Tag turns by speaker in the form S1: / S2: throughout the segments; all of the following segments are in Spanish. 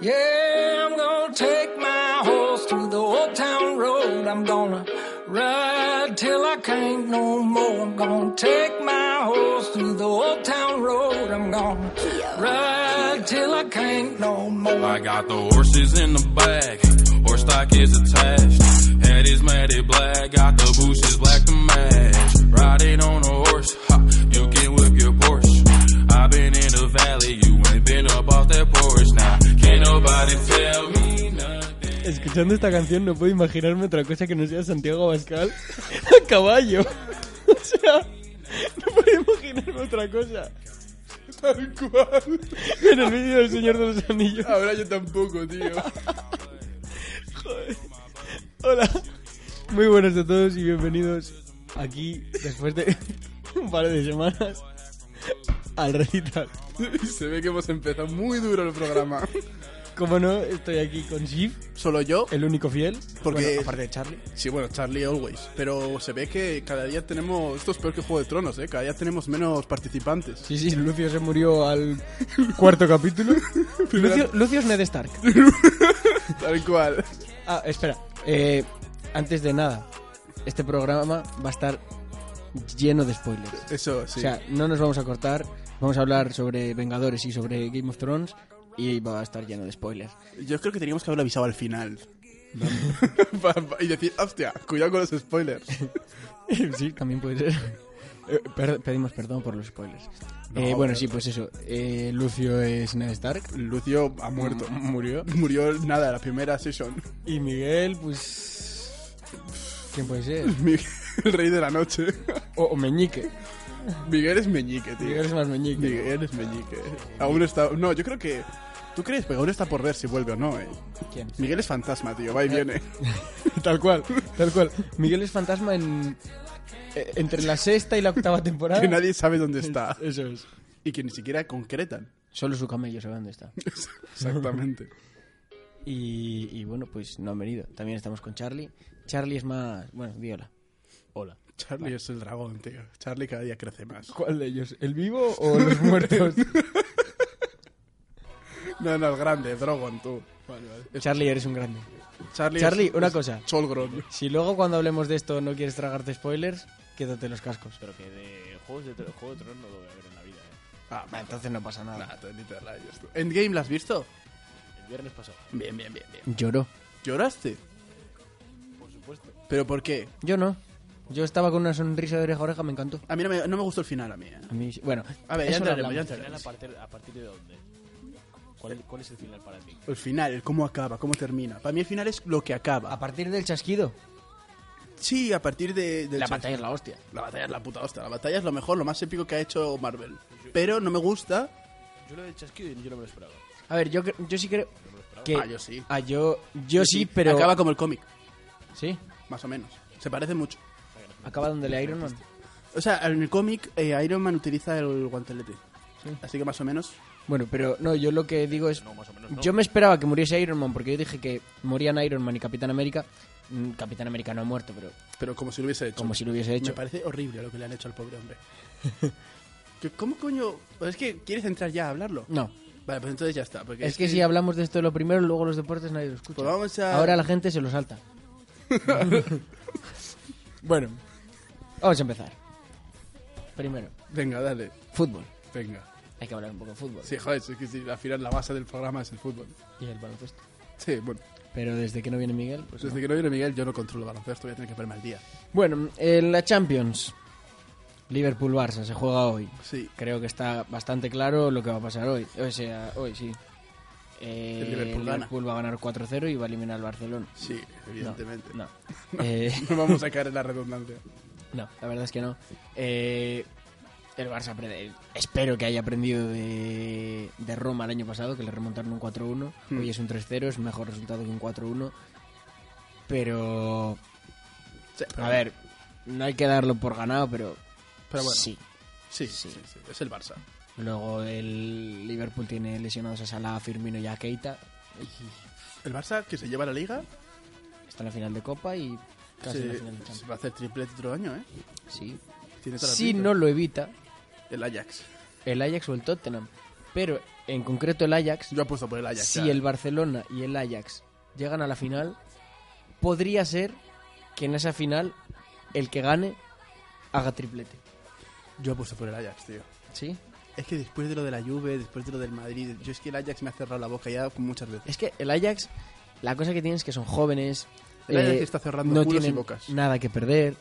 S1: Yeah, I'm gonna take my horse through the old town road. I'm gonna ride till I can't no more. I'm gonna take my horse through the old town road. I'm gonna ride till I can't no more.
S2: I got the horses in the back, horse stock is attached. Head is matted black, got the bushes black to match. Riding on a horse, ha, you can whip your Porsche. I've been in the valley, you ain't been up off that porch. Now, can't nobody tell me nothing.
S3: Escuchando esta canción no puedo imaginarme otra cosa que no sea Santiago Abascal a caballo. O sea, no puedo imaginarme otra cosa.
S4: Tal cual.
S3: En el vídeo del Señor de los Anillos.
S4: Ahora yo tampoco, tío.
S3: Hola. Muy buenas a todos y bienvenidos aquí después de un par de semanas al Redital.
S4: Se ve que hemos empezado muy duro el programa.
S3: Como no, estoy aquí con Shiv,
S4: Solo yo.
S3: el único fiel.
S4: Porque-
S3: Bueno, aparte de Charlie.
S4: Eh, Sí, bueno, Charlie always. Pero se ve que cada día tenemos. Esto es peor que Juego de Tronos, ¿eh? Cada día tenemos menos participantes.
S3: Sí, sí, Lucio se murió al cuarto capítulo. Lucio, Lucio es Ned Stark.
S4: Tal cual.
S3: Ah, espera. Eh, antes de nada, este programa va a estar lleno de spoilers.
S4: Eso, sí.
S3: O sea, no nos vamos a cortar. Vamos a hablar sobre Vengadores y sobre Game of Thrones. Y va a estar lleno de spoilers.
S4: yo creo que teníamos que haber avisado al final. Pa- pa- y decir, hostia, cuidado con los spoilers.
S3: sí, también puede ser. Eh, per- pedimos perdón por los spoilers.
S4: No,
S3: Eh, bueno,
S4: pero-
S3: sí, pues eso. Eh, Lucio es Ned Stark.
S4: Lucio ha muerto.
S3: Mm, Murió.
S4: Murió nada, la primera sesión.
S3: Y Miguel, pues. ¿Quién puede ser?
S4: Miguel, el rey de la noche.
S3: O, o Meñique.
S4: Miguel es meñique, tío.
S3: Miguel es más Meñique.
S4: Miguel es meñique. Aún está. No, yo creo que. ¿Tú crees? Pero aún está por ver si vuelve o no, eh.
S3: ¿Quién?
S4: Miguel es fantasma, tío. Va y viene.
S3: Tal cual, tal cual. Miguel es fantasma en. eh, Entre la sexta y la octava temporada.
S4: Que nadie sabe dónde está.
S3: Eso es.
S4: Y que ni siquiera concretan.
S3: Solo su camello sabe dónde está.
S4: Exactamente.
S3: Y, y bueno, pues no han venido. También estamos con Charlie. Charlie es más. Bueno, di hola. Hola.
S4: Charlie es el dragón, tío. Charlie cada día crece más.
S3: ¿Cuál de ellos? ¿El vivo o los muertos?
S4: No, no, el grande, Drogon, tú. Vale, vale. Es-
S3: Charlie, eres un grande.
S4: Charlie,
S3: Charlie,
S4: es-
S3: una
S4: es
S3: cosa.
S4: Cholgron.
S3: Si luego cuando hablemos de esto no quieres tragarte spoilers, quédate los cascos.
S5: Pero que de juegos de Tro- Juego de Tronos no lo voy a ver en la vida, ¿eh?
S4: Ah,
S3: Ah, entonces no pasa nada.
S4: nada, ni te rayes tú. ¿Endgame la has visto?
S5: El viernes pasado,
S4: Bien, bien, bien, bien.
S3: Lloró.
S4: ¿Lloraste?
S5: por supuesto.
S4: ¿Pero por qué?
S3: Yo no. Yo estaba con una sonrisa de oreja a oreja, me encantó.
S4: A mí no me, no me gustó el final, a mí. ¿eh?
S3: A mí, bueno,
S4: A ver, ya
S3: eso lo
S4: entraremos,
S3: hablamos.
S4: ya
S5: ¿El final a
S4: entraremos.
S5: partir, a partir de dónde? ¿Cuál, cuál es el final para ti?
S4: El final, el cómo acaba, cómo termina. Para mí el final es lo que
S3: A
S4: acaba.
S3: partir del chasquido.
S4: Sí, a partir de... del
S3: La
S4: chas-
S3: pantalla es la hostia.
S4: La batalla es la puta hostia. La batalla es lo mejor, lo más épico que ha hecho Marvel. Pero no me gusta...
S5: Yo lo del chasquido yo no me lo esperaba.
S3: A ver, yo, cre- yo sí creo que...
S4: Ah, yo sí.
S3: Ah, yo, yo sí,
S4: Sí,
S3: pero...
S4: Acaba como el cómic,
S3: Sí,
S4: más o menos. Se parece mucho.
S3: acaba donde le Iron Man.
S4: O sea, en el cómic eh, Iron Man utiliza el guantelete. Así que más o menos...
S3: Bueno, pero no, yo lo que digo es...
S5: No, más o menos no.
S3: Yo me esperaba que muriese Iron Man porque yo dije que morían Iron Man y Capitán América. Mm, Capitán América no ha muerto, pero
S4: Pero como si lo hubiese hecho.
S3: como si lo hubiese hecho.
S4: Me parece horrible lo que le han hecho al pobre hombre. Que, ¿Cómo coño? Pues es que quieres entrar ya a hablarlo.
S3: No,
S4: Vale, pues entonces ya está. Porque
S3: es que si hablamos de esto lo primero, luego los deportes nadie lo escucha.
S4: Pues vamos a-
S3: Ahora la gente se lo salta. bueno, vamos a empezar. Primero,
S4: Venga, dale.
S3: fútbol.
S4: Venga.
S3: Hay que hablar un poco de fútbol.
S4: Sí, joder, es que sí, al final la base del programa es el fútbol.
S3: Y el baloncesto.
S4: Sí, bueno.
S3: Pero desde que no viene Miguel, pues
S4: Desde
S3: no.
S4: que no viene Miguel, yo no controlo baloncesto, voy a tener que ponerme al día.
S3: Bueno, en la Champions, Liverpool-Barça se juega hoy.
S4: Sí.
S3: Creo que está bastante claro lo que va a pasar hoy. O sea, hoy sí. Eh,
S4: El Liverpool gana.
S3: va a ganar 4-0 y va a eliminar al Barcelona.
S4: Sí, evidentemente.
S3: No, no. Eh,
S4: No vamos a caer en la redundancia.
S3: no, la verdad es que no. Eh, el Barça aprende- espero que haya aprendido de, de Roma el año pasado, que le remontaron un 4-1.
S4: Hmm.
S3: Hoy es un 3-0, es mejor resultado que un 4-1. Pero
S4: Sí, pero-
S3: A ver, no hay que darlo por ganado, pero,
S4: Pero bueno.
S3: sí.
S4: Sí,
S3: sí.
S4: sí, sí, Es el Barça.
S3: Luego el Liverpool tiene lesionados a Salah, Firmino y a Keita.
S4: El Barça que se lleva la liga
S3: Está en la final de Copa y casi en la
S4: se,
S3: final de
S4: se
S3: Champions.
S4: va a hacer triplete otro año, ¿eh?
S3: Sí.
S4: Tiene toda la
S3: Si
S4: pinta.
S3: no lo evita,
S4: El Ajax.
S3: el Ajax o el Tottenham. Pero en concreto el Ajax,
S4: Yo apuesto por el Ajax.
S3: si
S4: ya. eh.
S3: el Barcelona y el Ajax llegan a la final, podría ser que en esa final el que gane haga triplete.
S4: Yo apuesto por el Ajax, tío.
S3: ¿Sí?
S4: Es que después de lo de la Juve, después de lo del Madrid, yo es que el Ajax me ha cerrado la boca ya muchas veces.
S3: Es que el Ajax, la cosa que tiene es que son jóvenes. eh,
S4: El Ajax está cerrando
S3: no
S4: culos y
S3: tienen
S4: bocas.
S3: nada que perder.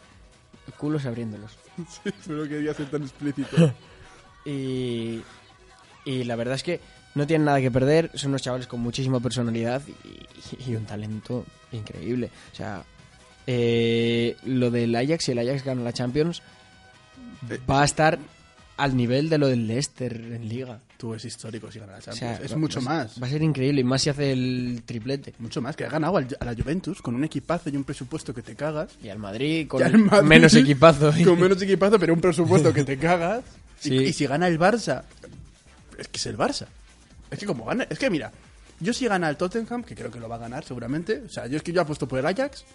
S3: Culos abriéndolos.
S4: Sí, pero quería ser tan explícito.
S3: Y, y la verdad es que no tienen nada que perder. Son unos chavales con muchísima personalidad y, y un talento increíble. O sea, eh, lo del Ajax, si el Ajax gana la Champions,
S4: Eh.
S3: va a estar al nivel de lo del Leicester en Liga.
S4: Tú es histórico si ganas la
S3: O
S4: Champions.
S3: sea,
S4: es
S3: va-
S4: mucho
S3: va-
S4: más.
S3: Va a ser increíble y más si hace el triplete.
S4: Mucho más. Que ha ganado al- a la Juventus con un equipazo y un presupuesto que te cagas.
S3: Y al Madrid con
S4: Y al Madrid,
S3: menos equipazo. ¿eh?
S4: Con menos equipazo, pero un presupuesto que te cagas. Y-
S3: Sí.
S4: Y, si gana el Barça. Es que es el Barça. Es que como gana. Es que mira, yo si gana el Tottenham, que creo que lo va a ganar seguramente. O sea, yo es que yo apuesto por el Ajax.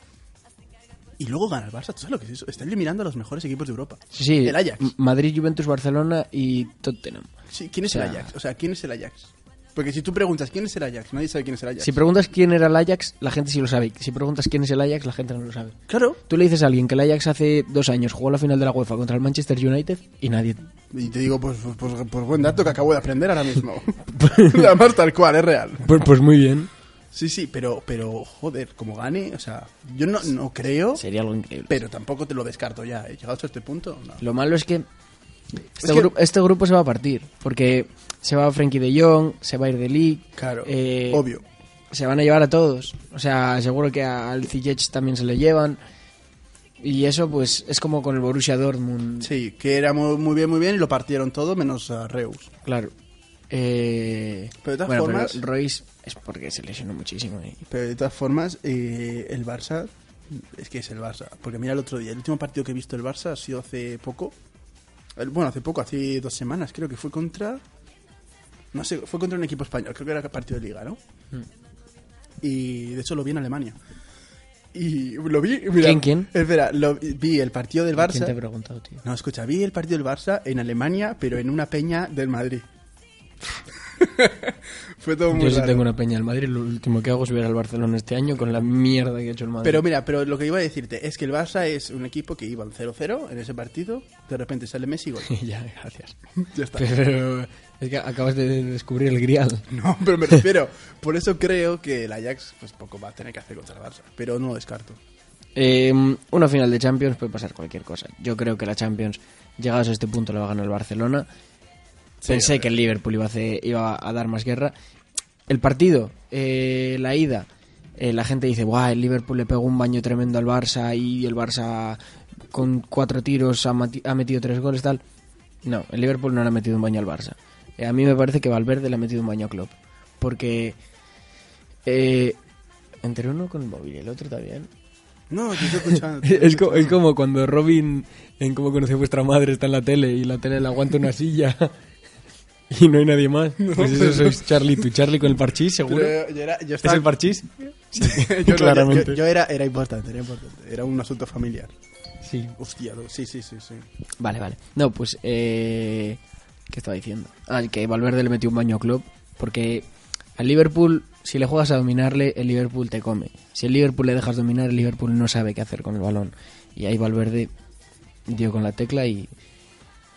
S4: Y luego gana el Barça. ¿Tú sabes lo que es eso? Está eliminando a los mejores equipos de Europa.
S3: Sí, sí. Mm.
S4: El Ajax.
S3: M- Madrid, Juventus, Barcelona y Tottenham.
S4: Sí, ¿Quién es
S3: O sea-
S4: el Ajax? O sea, ¿quién es el Ajax? Porque si tú preguntas quién es el Ajax, nadie sabe quién es el Ajax.
S3: Si preguntas quién era el Ajax, la gente sí lo sabe. Si preguntas quién es el Ajax, la gente no lo sabe.
S4: Claro.
S3: Tú le dices a alguien que el Ajax hace dos años jugó la final de la UEFA contra el Manchester United y nadie...
S4: Y te digo, pues, pues, pues- pues buen dato que acabo de aprender ahora mismo. La más tal cual, es real.
S3: Pues, muy bien.
S4: Sí, sí, pero, pero joder, como gane, o sea, yo no, no creo,
S3: Sería algo increíble.
S4: pero tampoco te lo descarto ya. ¿eh? Llegados a este punto, no.
S3: Lo malo es que este,
S4: Es que-
S3: gru- este grupo se va a partir. Porque se va Frenkie de Jong, se va a ir de Lee.
S4: Claro,
S3: eh,
S4: obvio.
S3: se van a llevar a todos. O sea, seguro que a- al Ziyech también se le llevan. Y eso, pues, es como con el Borussia Dortmund.
S4: Sí, que era muy, muy bien, muy bien y lo partieron todo menos a Reus.
S3: Claro. Eh,
S4: Pero de todas
S3: bueno,
S4: formas-
S3: pero Royce es porque se lesionó muchísimo. y-
S4: Pero de todas formas, eh, el Barça es que es el Barça. Porque mira el otro día, el último partido que he visto el Barça ha sido hace poco. El- Bueno, hace poco, hace dos semanas, creo que fue contra. No sé, fue contra un equipo español, creo que era partido de liga, ¿no?
S3: Hmm.
S4: Y de hecho lo vi en Alemania. Y lo vi. mira,
S3: ¿Quién, quién?
S4: Espera, lo, vi el partido del Barça.
S3: ¿Quién te ha preguntado, tío?
S4: No, escucha, vi el partido del Barça en Alemania, pero en una peña del Madrid. fue todo muy
S3: Yo sí
S4: raro.
S3: tengo una peña al Madrid. Lo último que hago es ver al Barcelona este año con la mierda que ha hecho el Madrid.
S4: Pero mira, pero lo que iba a decirte es que el Barça es un equipo que iba al 0-0 en ese partido, de repente sale Messi y gol.
S3: ya, gracias.
S4: ya está.
S3: Pero es que acabas de descubrir el grial.
S4: No, pero me refiero, por eso creo que el Ajax pues poco va a tener que hacer contra el Barça, pero no lo descarto.
S3: Eh, una final de Champions puede pasar cualquier cosa. Yo creo que la Champions, llegados a este punto, la va a ganar el Barcelona. Pensé que el Liverpool iba a, hacer- iba a dar más guerra. El partido, eh, la ida, eh, la gente dice, guau, el Liverpool le pegó un baño tremendo al Barça y el Barça con cuatro tiros ha, mati- ha metido tres goles, tal. No, el Liverpool no le ha metido un baño al Barça. Eh, a mí me parece que Valverde le ha metido un baño a Klopp. Porque... eh, entre uno con el móvil y el otro también.
S4: No, yo estoy escuchando.
S3: Es como, es como cuando Robin en Cómo conocí a vuestra madre está en la tele y la tele le aguanta una silla y no hay nadie más. pues eso sois Charlie, tú Charlie con el parchís, seguro.
S4: Pero yo era, yo
S3: ¿Es
S4: estaba-
S3: el parchís?
S4: yo no, yo-
S3: claramente.
S4: Yo, yo era, era importante, era importante, era un asunto familiar.
S3: Sí.
S4: Hostia, no, sí, sí, sí, sí.
S3: Vale, vale. No, pues, eh, ¿qué estaba diciendo? Al que Valverde le metió un baño a Klopp porque al Liverpool, si le juegas a dominarle, el Liverpool te come. Si el Liverpool le dejas dominar, el Liverpool no sabe qué hacer con el balón. Y ahí Valverde dio con la tecla y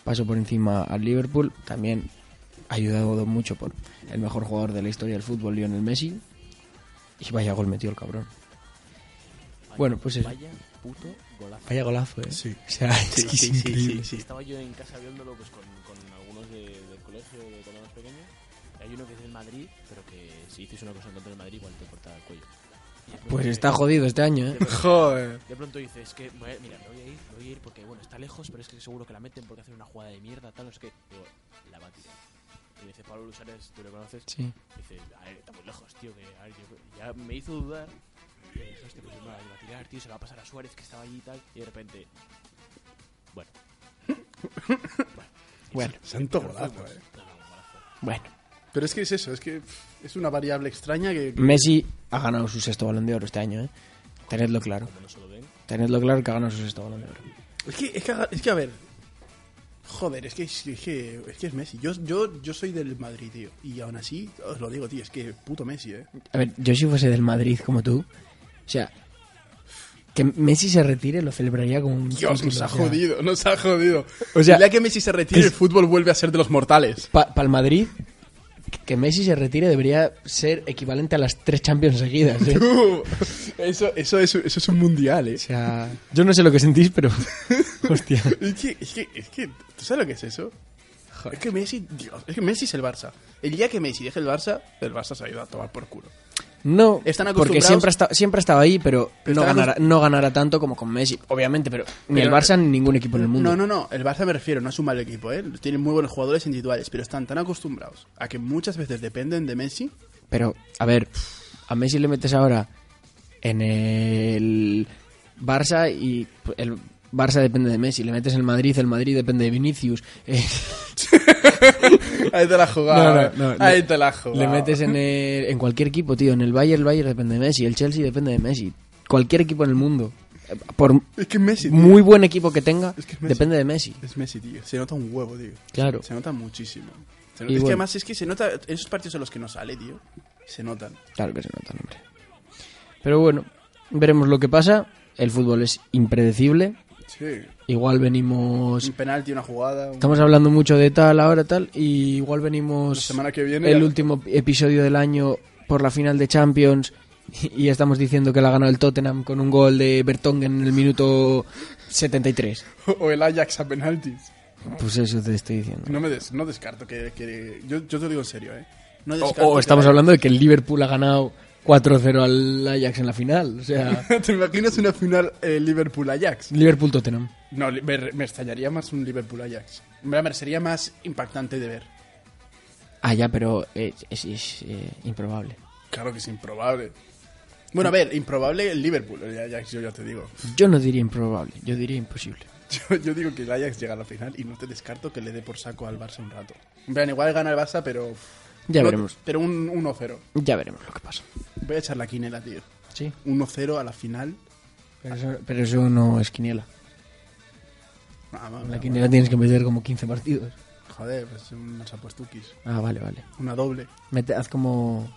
S3: pasó por encima al Liverpool. También ayudado mucho por el mejor jugador de la historia del fútbol, Lionel Messi. Y vaya gol metió el cabrón. Bueno, pues eso.
S5: Vaya puto golazo.
S3: Vaya golazo, ¿eh?
S4: Sí.
S3: O sea, es que es
S4: sí, sí,
S3: increíble.
S4: sí, sí.
S5: Estaba yo en casa viéndolo pues, con, con algunos de- del colegio, de cuando más pequeños. Y hay uno que es del Madrid, pero que si dices una cosa en contra del Madrid, igual te corta el cuello. Y de pronto
S3: Pues
S5: dice-
S3: está jodido este año, ¿eh?
S5: de pronto-
S4: Joder.
S5: De pronto dices, es que, voy a- mira, me voy a ir, me voy a ir porque, bueno, está lejos, pero es que seguro que la meten porque hacen una jugada de mierda, tal, no sé qué. Digo, la va a tirar. Y me dice Pablo Lusares, ¿tú le conoces?
S3: Sí.
S5: Dice, a ver, está muy lejos, tío. Que, a ver, yo- ya me hizo dudar. Y dije, hostia, pues no la iba a tirar, tío. Se la va a pasar a Suárez, que estaba allí y tal. Y de repente, bueno.
S3: Bueno,
S4: Santo golazo, eh.
S5: No, no, golazo.
S3: bueno.
S4: Pero es que es eso, es que pff, es una variable extraña que...
S3: Messi ha ganado su sexto balón de oro este año, ¿eh? Tenedlo claro.
S5: Como no se lo ven,
S3: Tenedlo claro que ha ganado su sexto balón de oro.
S4: Es que, es que, es que, a ver, Joder, es que es, es que, es que es Messi. Yo, yo, yo soy del Madrid, tío. Y aún así, os lo digo, tío, es que puto Messi, eh.
S3: A ver, yo si fuese del Madrid como tú, o sea, que Messi se retire lo celebraría como un
S4: Dios,
S3: título,
S4: nos ha
S3: o sea.
S4: jodido, nos ha jodido.
S3: O sea,
S4: el día que Messi se retire,
S3: es-
S4: el fútbol vuelve a ser de los mortales.
S3: Para el Madrid, que Messi se retire debería ser equivalente a las tres Champions seguidas. ¿eh?
S4: Tú, eso, eso, es- eso es un mundial, eh.
S3: O sea, yo no sé lo que sentís, pero. Hostia.
S4: Es que, es que, es que, ¿tú sabes lo que es eso? Es que Messi, Dios, es que Messi es el Barça. El día que Messi deje el Barça, el Barça se ha ido a tomar por culo.
S3: No,
S4: Están
S3: porque
S4: acostumbrados-
S3: siempre ha, estado, siempre ha estado ahí, pero,
S4: Pero
S3: no,
S4: están
S3: ganará, no ganará tanto como con Messi, obviamente, pero ni el
S4: Pero-
S3: Barça ni ningún equipo en el mundo.
S4: No, no, no, el Barça me refiero, no es un mal equipo, ¿eh? Tienen muy buenos jugadores individuales, pero están tan acostumbrados a que muchas veces dependen de Messi.
S3: Pero, a ver, a Messi le metes ahora en el Barça y el Barça depende de Messi. Le metes en el Madrid, el Madrid depende de Vinicius. Eh,
S4: Ahí te la jugaba. ¿eh?
S3: No, no, no,
S4: Ahí
S3: le-
S4: te la jugaba.
S3: le metes en, el- en cualquier equipo, tío. En el Bayern, el Bayern depende de Messi. El Chelsea depende de Messi. Cualquier equipo en el mundo, eh, por
S4: Es que Messi, tío.
S3: muy buen equipo que tenga,
S4: Es que es Messi.
S3: depende de Messi.
S4: Es Messi, tío. Se nota un huevo, tío.
S3: Claro.
S4: Se nota muchísimo. Se nota-
S3: Y
S4: es que
S3: bueno.
S4: además es que se nota. Esos partidos en los que no sale, tío. Se notan.
S3: Claro que se nota, hombre. Pero bueno, veremos lo que pasa. El fútbol es impredecible.
S4: Sí.
S3: Igual venimos.
S4: Un penalti, una jugada. un-
S3: Estamos hablando mucho de tal ahora, tal. Y igual venimos.
S4: La semana que viene
S3: El
S4: ya-
S3: último episodio del año por la final de Champions. Y estamos diciendo que la ha ganado el Tottenham con un gol de Bertongen en el minuto 73.
S4: O el Ajax a penaltis.
S3: Pues eso te estoy diciendo.
S4: No me des- no descarto que. que- yo, yo te lo digo en serio, eh. No
S3: O,
S4: descarto
S3: o
S4: que
S3: estamos
S4: el-
S3: hablando de que el Liverpool ha ganado 4-0 al Ajax en la final. O sea,
S4: ¿Te imaginas una final eh, Liverpool-Ajax?
S3: Liverpool-Tottenham.
S4: No, li- me, me estallaría más un Liverpool-Ajax. Me merecería más impactante de ver.
S3: Ah, ya, pero es, es- es, eh, improbable.
S4: Claro que es improbable. Bueno, a ver, improbable el Liverpool. El Ajax, yo ya te digo.
S3: Yo no diría improbable, yo diría imposible.
S4: Yo, yo digo que el Ajax llega a la final y no te descarto que le dé por saco al Barça un rato. En plan, igual gana el Barça, pero.
S3: Ya
S4: no-
S3: veremos.
S4: Pero un 1-0.
S3: Ya veremos lo que pasa.
S4: Voy a echar la quinela, tío.
S3: Sí.
S4: 1-0 a la final.
S3: Pero eso, pero eso no es quiniela.
S4: Ah, ma-
S3: En la quiniela tienes que meter como 15 partidos.
S4: Joder, pues unas apuestukis.
S3: Ah, vale, vale.
S4: Una doble.
S3: Mete, haz como.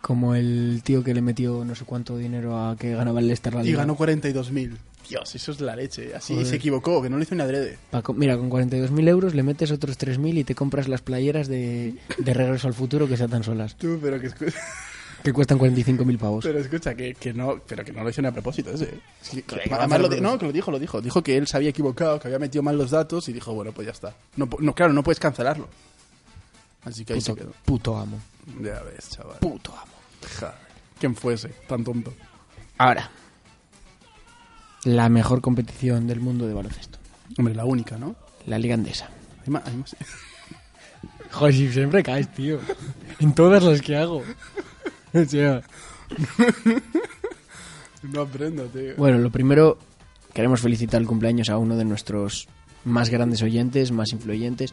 S3: Como el tío que le metió no sé cuánto dinero a que ganaba el Leicester la
S4: Y
S3: liga.
S4: ganó 42.000. Dios, eso es la leche. Así
S3: Joder.
S4: se equivocó, que no lo hizo ni adrede.
S3: Pa- con- mira, con 42.000 euros le metes otros 3.000 y te compras las playeras de, de Regreso al Futuro que se atan solas.
S4: Tú, pero que, escu-
S3: Que cuestan 45.000 pavos.
S4: pero escucha, que, que no, pero que no lo hizo ni a propósito ese. ¿eh? Es que- que-
S3: Que va a hacer
S4: además, lo
S3: por
S4: di-
S3: eso.
S4: no, que lo dijo, lo dijo. Dijo que él se había equivocado, que había metido mal los datos y dijo, bueno, pues ya está. No, po- no, claro, no puedes cancelarlo. Así que ahí se
S3: Puto,
S4: quedó.
S3: puto amo.
S4: Ya ves, chaval.
S3: Puto amo.
S4: Joder. ¿Quién fuese tan tonto?
S3: Ahora, la mejor competición del mundo de baloncesto,
S4: Hombre, la única, ¿no?
S3: la Liga Andesa.
S4: Hay más, hay más.
S3: Joder, si siempre caes, tío. En todas las que hago. O sea,
S4: No aprendo, tío.
S3: bueno, lo primero, queremos felicitar el cumpleaños a uno de nuestros más grandes oyentes, más influyentes.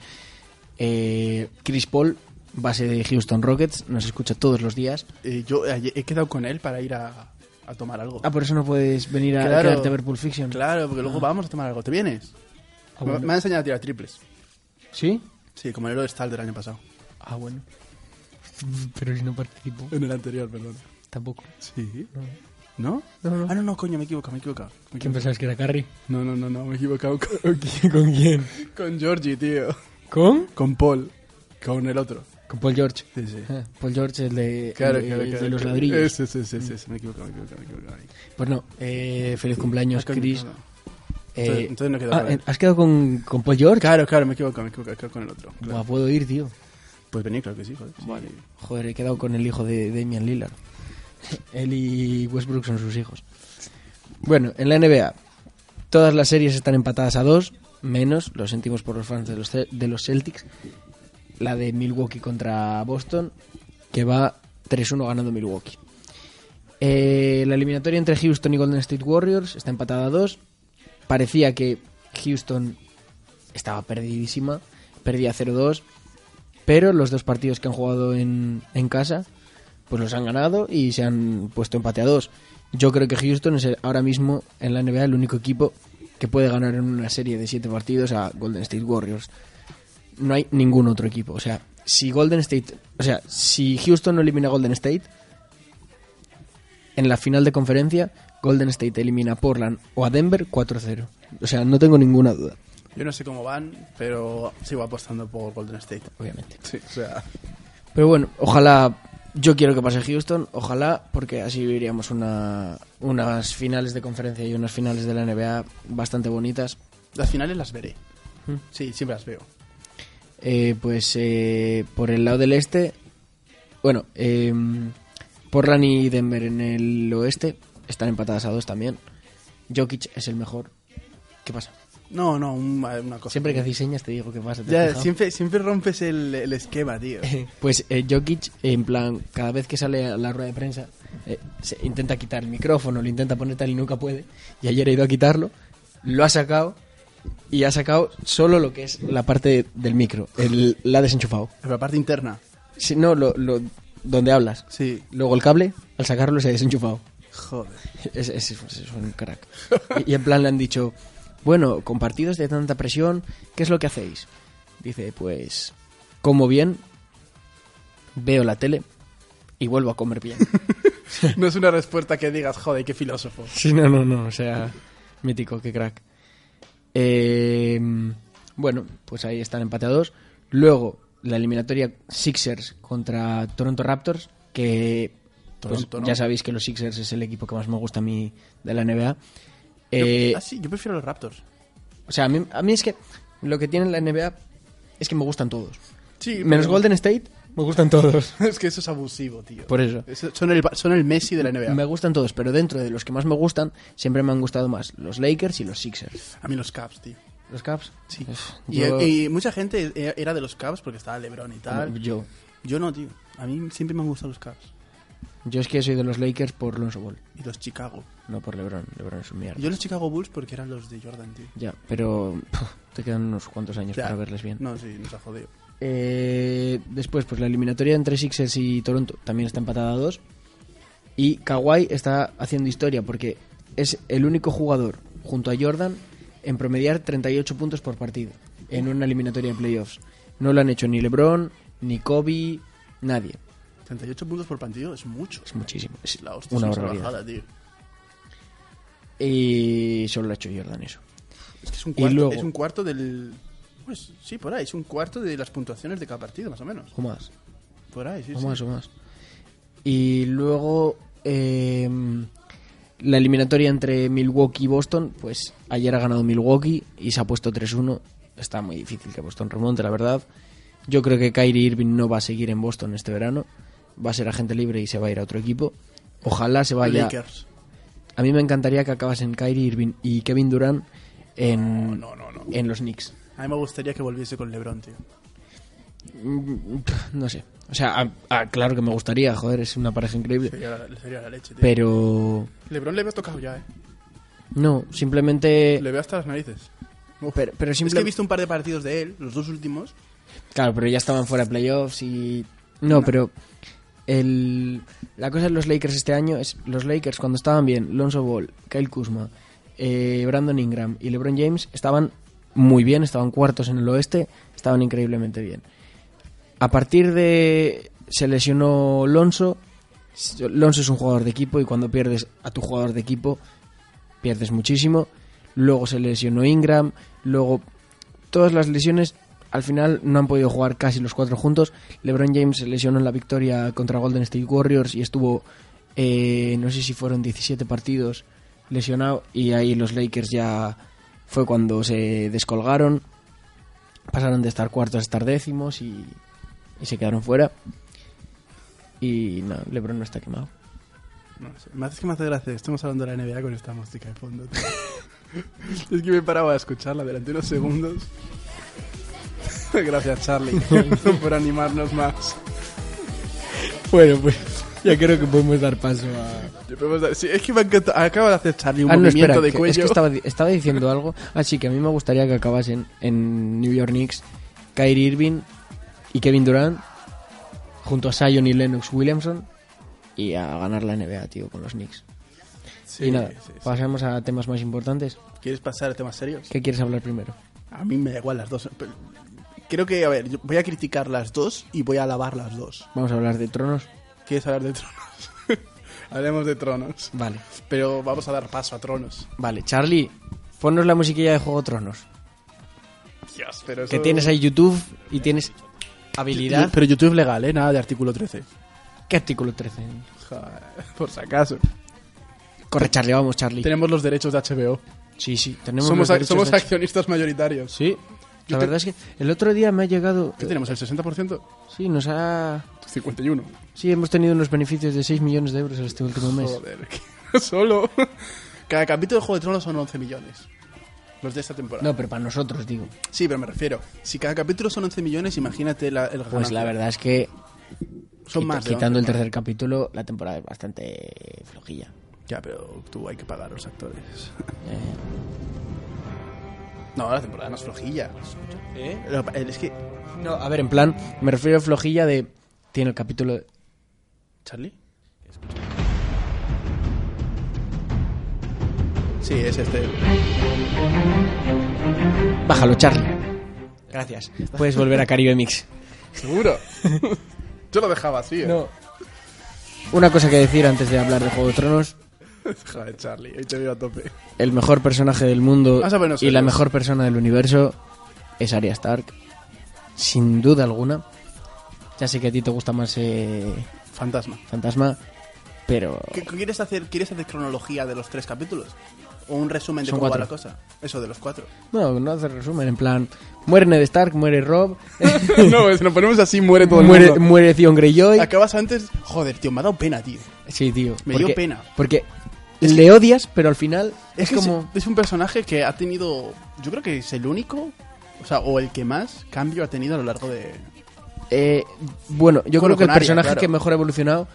S3: Eh, Chris Paul, base de Houston Rockets, nos escucha todos los días.
S4: Eh, yo ayer he quedado con él para ir a, a tomar algo.
S3: Ah, por eso no puedes venir a
S4: Claro.
S3: quedarte a ver Pulp Fiction.
S4: Claro, porque luego vamos a tomar algo. ¿Te vienes?
S3: Ah,
S4: Me,
S3: bueno.
S4: me ha enseñado a tirar triples.
S3: ¿Sí?
S4: Sí, como el Euro Star del año pasado.
S3: Ah, bueno. Pero si no participo,
S4: En el anterior, perdón.
S3: tampoco.
S4: Sí. ¿No?
S3: No, no.
S4: Ah, no, no, coño, me he equivocado, me he equivocado. Me he
S3: ¿Quién
S4: equivocado.
S3: pensabas que era Carrie?
S4: No, no, no, no, me he equivocado con,
S3: ¿Con quién?
S4: con Georgie, tío.
S3: ¿Con?
S4: Con Paul. Con el otro.
S3: Con Paul George.
S4: Sí, sí.
S3: Ah, Paul George, el de,
S4: Claro,
S3: el-
S4: claro,
S3: el
S4: claro. Eh,
S3: de los ladrillos. Mm.
S4: Ese, ese, ese, ese, ese, me he equivocado, me he equivocado, me he equivocado. Ay,
S3: Pues no, eh, feliz cumpleaños,
S4: coño,
S3: Chris.
S4: claro.
S3: Eh,
S4: Ah, Entonces- entonces no quedó
S3: ah,
S4: con él.
S3: eh, ¿Has quedado con, con Paul George?
S4: Claro, claro, me he equivocado, me he equivocado, me he equivocado con el otro. Claro.
S3: Buah, puedo ir, tío.
S4: Pues venir, claro que sí, joder. sí.
S3: Joder, he quedado con el hijo de Damian Lillard. Él y Westbrook son sus hijos. Bueno, en la NBA, todas las series están empatadas a dos, menos, lo sentimos por los fans de los, Ce- de los Celtics, la de Milwaukee contra Boston, que va 3-1 ganando Milwaukee. Eh, la eliminatoria entre Houston y Golden State Warriors está empatada a dos. Parecía que Houston estaba perdidísima, perdía 0-2, pero los dos partidos que han jugado en, en casa, pues los han ganado y se han puesto empate a dos. Yo creo que Houston es el- ahora mismo en la NBA el único equipo que puede ganar en una serie de siete partidos a Golden State Warriors. No hay ningún otro equipo. O sea, si Golden State, o sea, si Houston no elimina a Golden State, en la final de conferencia, Golden State elimina a Portland o a Denver 4-0. O sea, no tengo ninguna duda,
S4: Yo no sé cómo van, pero sigo apostando por Golden State.
S3: obviamente.
S4: Sí, o sea,
S3: Pero bueno, ojalá. Yo quiero que pase Houston, ojalá, porque así viviríamos una, unas finales de conferencia y unas finales de la NBA bastante bonitas.
S4: las finales las veré.
S3: Hmm.
S4: Sí, siempre las veo.
S3: Eh, pues eh, por el lado del este, bueno, eh, Portland y Denver en el oeste están empatadas a dos también. Jokic es el mejor. ¿Qué pasa?
S4: No, no, un- una cosa.
S3: Siempre que hacéis señas te digo qué pasa. ¿te has
S4: Ya,
S3: fijado?
S4: siempre, siempre rompes el, el esquema, tío.
S3: Pues eh, Jokic, en plan, cada vez que sale a la rueda de prensa, eh, se intenta quitar el micrófono, lo intenta poner tal y nunca puede. Y ayer ha ido a quitarlo, lo ha sacado y ha sacado solo lo que es la parte del micro, el- la ha desenchufado.
S4: La parte interna.
S3: Si no, lo, lo- donde hablas.
S4: Sí.
S3: Luego el cable, al sacarlo, se ha desenchufado.
S4: Joder.
S3: Es, es- es un crack. Y, y en plan le han dicho, bueno, con partidos de tanta presión, ¿qué es lo que hacéis? Dice, pues, como bien, veo la tele y vuelvo a comer bien.
S4: No es una respuesta que digas, joder, qué filósofo.
S3: Sí, no, no, no, o sea, mítico, qué crack. Eh, bueno, pues ahí están empateados. Luego, la eliminatoria Sixers contra Toronto Raptors, que pues,
S4: Toronto, ¿no?
S3: ya sabéis que los Sixers es el equipo que más me gusta a mí de la NBA. Eh,
S4: Yo- ah, sí, yo prefiero los Raptors.
S3: o sea, a mí, a mí es que lo que tiene la NBA es que me gustan todos.
S4: Sí,
S3: Menos
S4: pero-
S3: Golden State, me gustan todos.
S4: Es que eso es abusivo, tío.
S3: Por eso.
S4: Eso- son, el, son el Messi de la NBA.
S3: Me gustan todos, pero dentro de los que más me gustan, siempre me han gustado más los Lakers y los Sixers.
S4: A mí los Cavs, tío.
S3: ¿Los Caps?
S4: Sí. Y,
S3: Yo,
S4: y mucha gente e- era de los Cavs porque estaba LeBron y tal. Yo,
S3: yo,
S4: no, tío. A mí siempre me han gustado los Cavs.
S3: yo es que soy de los Lakers por Lonzo Ball,
S4: Y los Chicago.
S3: no por LeBron. LeBron es un mierda.
S4: Yo los Chicago Bulls porque eran los de Jordan, tío.
S3: Ya, pero te quedan unos cuantos años
S4: Ya.
S3: para verles bien.
S4: No, sí, nos ha jodido.
S3: Eh, después, pues la eliminatoria entre Sixers y Toronto también está empatada a dos. Y Kawhi está haciendo historia porque es el único jugador, junto a Jordan, en promediar 38 puntos por partido en una eliminatoria de playoffs. No lo han hecho ni LeBron, ni Kobe, nadie.
S4: 38 puntos por partido es mucho.
S3: Es muchísimo. Es
S4: La hostia,
S3: una
S4: es una
S3: barbaridad.
S4: salvajada, tío.
S3: Y solo lo ha hecho Jordan eso.
S4: Es que es un
S3: Y
S4: cuarto,
S3: luego-
S4: es un cuarto del... Pues sí, por ahí. Es un cuarto de las puntuaciones de cada partido, más o menos.
S3: O más.
S4: Por ahí, sí,
S3: O
S4: sí.
S3: más, o más. Y luego eh, la eliminatoria entre Milwaukee y Boston, pues ayer ha ganado Milwaukee y se ha puesto 3-1. Está muy difícil que Boston remonte, la verdad. Yo creo que Kyrie Irving no va a seguir en Boston este verano. Va a ser agente libre y se va a ir a otro equipo. Ojalá se vaya.
S4: Lakers.
S3: A mí me encantaría que acabasen Kyrie Irving y Kevin Durant en,
S4: No, no, no.
S3: en los Knicks.
S4: A mí me gustaría que volviese con LeBron, tío.
S3: Mm, No sé. O sea, a- a- claro que me gustaría, joder, es una pareja increíble.
S4: Sería la, sería la leche, tío.
S3: Pero
S4: LeBron le veo tocado ya, eh.
S3: No, simplemente.
S4: Le veo hasta las narices. Uf.
S3: Pero, pero
S4: Es que he
S3: Eh. simplemente.
S4: visto un par de partidos de él, los dos últimos.
S3: Claro, pero ya estaban fuera de playoffs y. No, pero. El... La cosa de los Lakers este año es. Los Lakers, cuando estaban bien, Lonzo Ball, Kyle Kuzma, eh, Brandon Ingram y LeBron James estaban muy bien, estaban cuartos en el oeste, estaban increíblemente bien. A partir de. Se lesionó Lonzo. Lonzo es un jugador de equipo y cuando pierdes a tu jugador de equipo, pierdes muchísimo. Luego se lesionó Ingram. Luego, todas las lesiones, al final no han podido jugar casi los cuatro juntos. LeBron James se lesionó en la victoria contra Golden State Warriors y estuvo, eh, no sé si fueron 17 partidos lesionado. Y ahí los Lakers ya fue cuando se descolgaron. Pasaron de estar cuartos a estar décimos y, y se quedaron fuera. Y no, LeBron no está quemado.
S4: No sé. Me hace que me hace gracia. Estamos hablando de la NBA con esta música de fondo. tío. es que me paraba a escucharla durante unos segundos. Gracias, Charlie, por animarnos más.
S3: Bueno, pues ya creo que podemos dar paso a...
S4: Yo puedo dar- sí, es que me encanta. Acaba de hacer Charlie un
S3: Ah, no,
S4: movimiento
S3: espera,
S4: de
S3: que-
S4: cuello.
S3: es que estaba, di- estaba diciendo algo. Así que a mí me gustaría que acabasen en New York Knicks Kyrie Irving y Kevin Durant junto a Zion y Lennox Williamson y a ganar la NBA, tío, con los Knicks.
S4: Sí,
S3: y nada, Ah.
S4: sí, sí.
S3: pasamos a temas más importantes.
S4: ¿Quieres pasar a temas serios?
S3: ¿Qué quieres hablar primero?
S4: A mí me da igual las dos. pero- Creo que, a ver, yo voy a criticar las dos y voy a alabar las dos.
S3: Vamos a hablar de tronos.
S4: ¿Quieres hablar de tronos? Hablemos de tronos.
S3: Vale,
S4: Pero vamos a dar paso a tronos.
S3: vale. Charlie, ponnos la musiquilla de Juego Tronos.
S4: Dios, pero
S3: Que
S4: eso-
S3: tienes ahí YouTube y tienes habilidad.
S4: Pero YouTube legal, ¿eh? Nada de artículo 13.
S3: ¿Qué artículo 13?
S4: Joder, por si acaso.
S3: Corre, Charlie, vamos, Charlie.
S4: Tenemos los derechos de HBO.
S3: Sí, sí, tenemos
S4: Somos,
S3: los
S4: ac-
S3: derechos
S4: somos
S3: de-
S4: accionistas mayoritarios.
S3: Sí,
S4: Yo
S3: la
S4: te-
S3: verdad es que el otro día me ha llegado...
S4: ¿Qué tenemos? ¿El 60%?
S3: Sí, nos ha...
S4: 51.
S3: Sí, hemos tenido unos beneficios de 6 millones de euros este último mes.
S4: Joder, que- solo. Pues Cada capítulo de Juego de Tronos son 11 millones. Los de esta temporada.
S3: No, pero para nosotros, digo.
S4: Sí, pero me refiero. Si cada capítulo son 11 millones, imagínate la, el
S3: Pues
S4: ganancia.
S3: la verdad es que,
S4: Son
S3: quit-
S4: más. de
S3: quitando el
S4: 11,
S3: tercer capítulo, la temporada es bastante flojilla.
S4: ¿no? Ya, pero tú hay que pagar a los actores.
S3: Eh,
S4: No, la temporada no es flojilla.
S5: ¿Eh?
S4: Lo que pa- Es que.
S3: No, a ver, en plan, me refiero a flojilla de... Tiene el capítulo...
S4: ¿Charlie? Sí, es este.
S3: Bájalo, Charlie. Gracias. Puedes volver a Caribe Mix.
S4: Seguro. Yo lo dejaba así, ¿eh?
S3: No. Una cosa que decir antes de hablar de Juego de Tronos.
S4: Joder, Charlie, hoy te veo a tope.
S3: El mejor personaje del mundo
S4: Vamos a ponernos
S3: y la
S4: serios.
S3: mejor persona del universo es Arya Stark. Sin duda alguna. Ya sé que a ti te gusta más eh,
S4: Fantasma.
S3: Fantasma, pero...
S4: ¿Qué- ¿Quieres hacer, ¿Quieres hacer cronología de los tres capítulos? ¿O un resumen de
S3: Son
S4: cómo va
S3: cuatro.
S4: la cosa? Eso, de los cuatro.
S3: No, no hace resumen, en plan... Muere Ned Stark, muere Rob,
S4: no, si nos ponemos así, muere todo
S3: muere, muere Theon Greyjoy.
S4: Acabas antes. Joder, tío, me ha dado pena, tío.
S3: Sí, tío.
S4: Me dio pena.
S3: Porque le odias, pero al final es,
S4: que
S3: como...
S4: Es un personaje que ha tenido. Yo creo que es el único. O sea, o el que más cambio ha tenido a lo largo de.
S3: Eh, bueno, yo
S4: Bueno,
S3: creo que el
S4: con Arya,
S3: personaje
S4: claro.
S3: que mejor ha evolucionado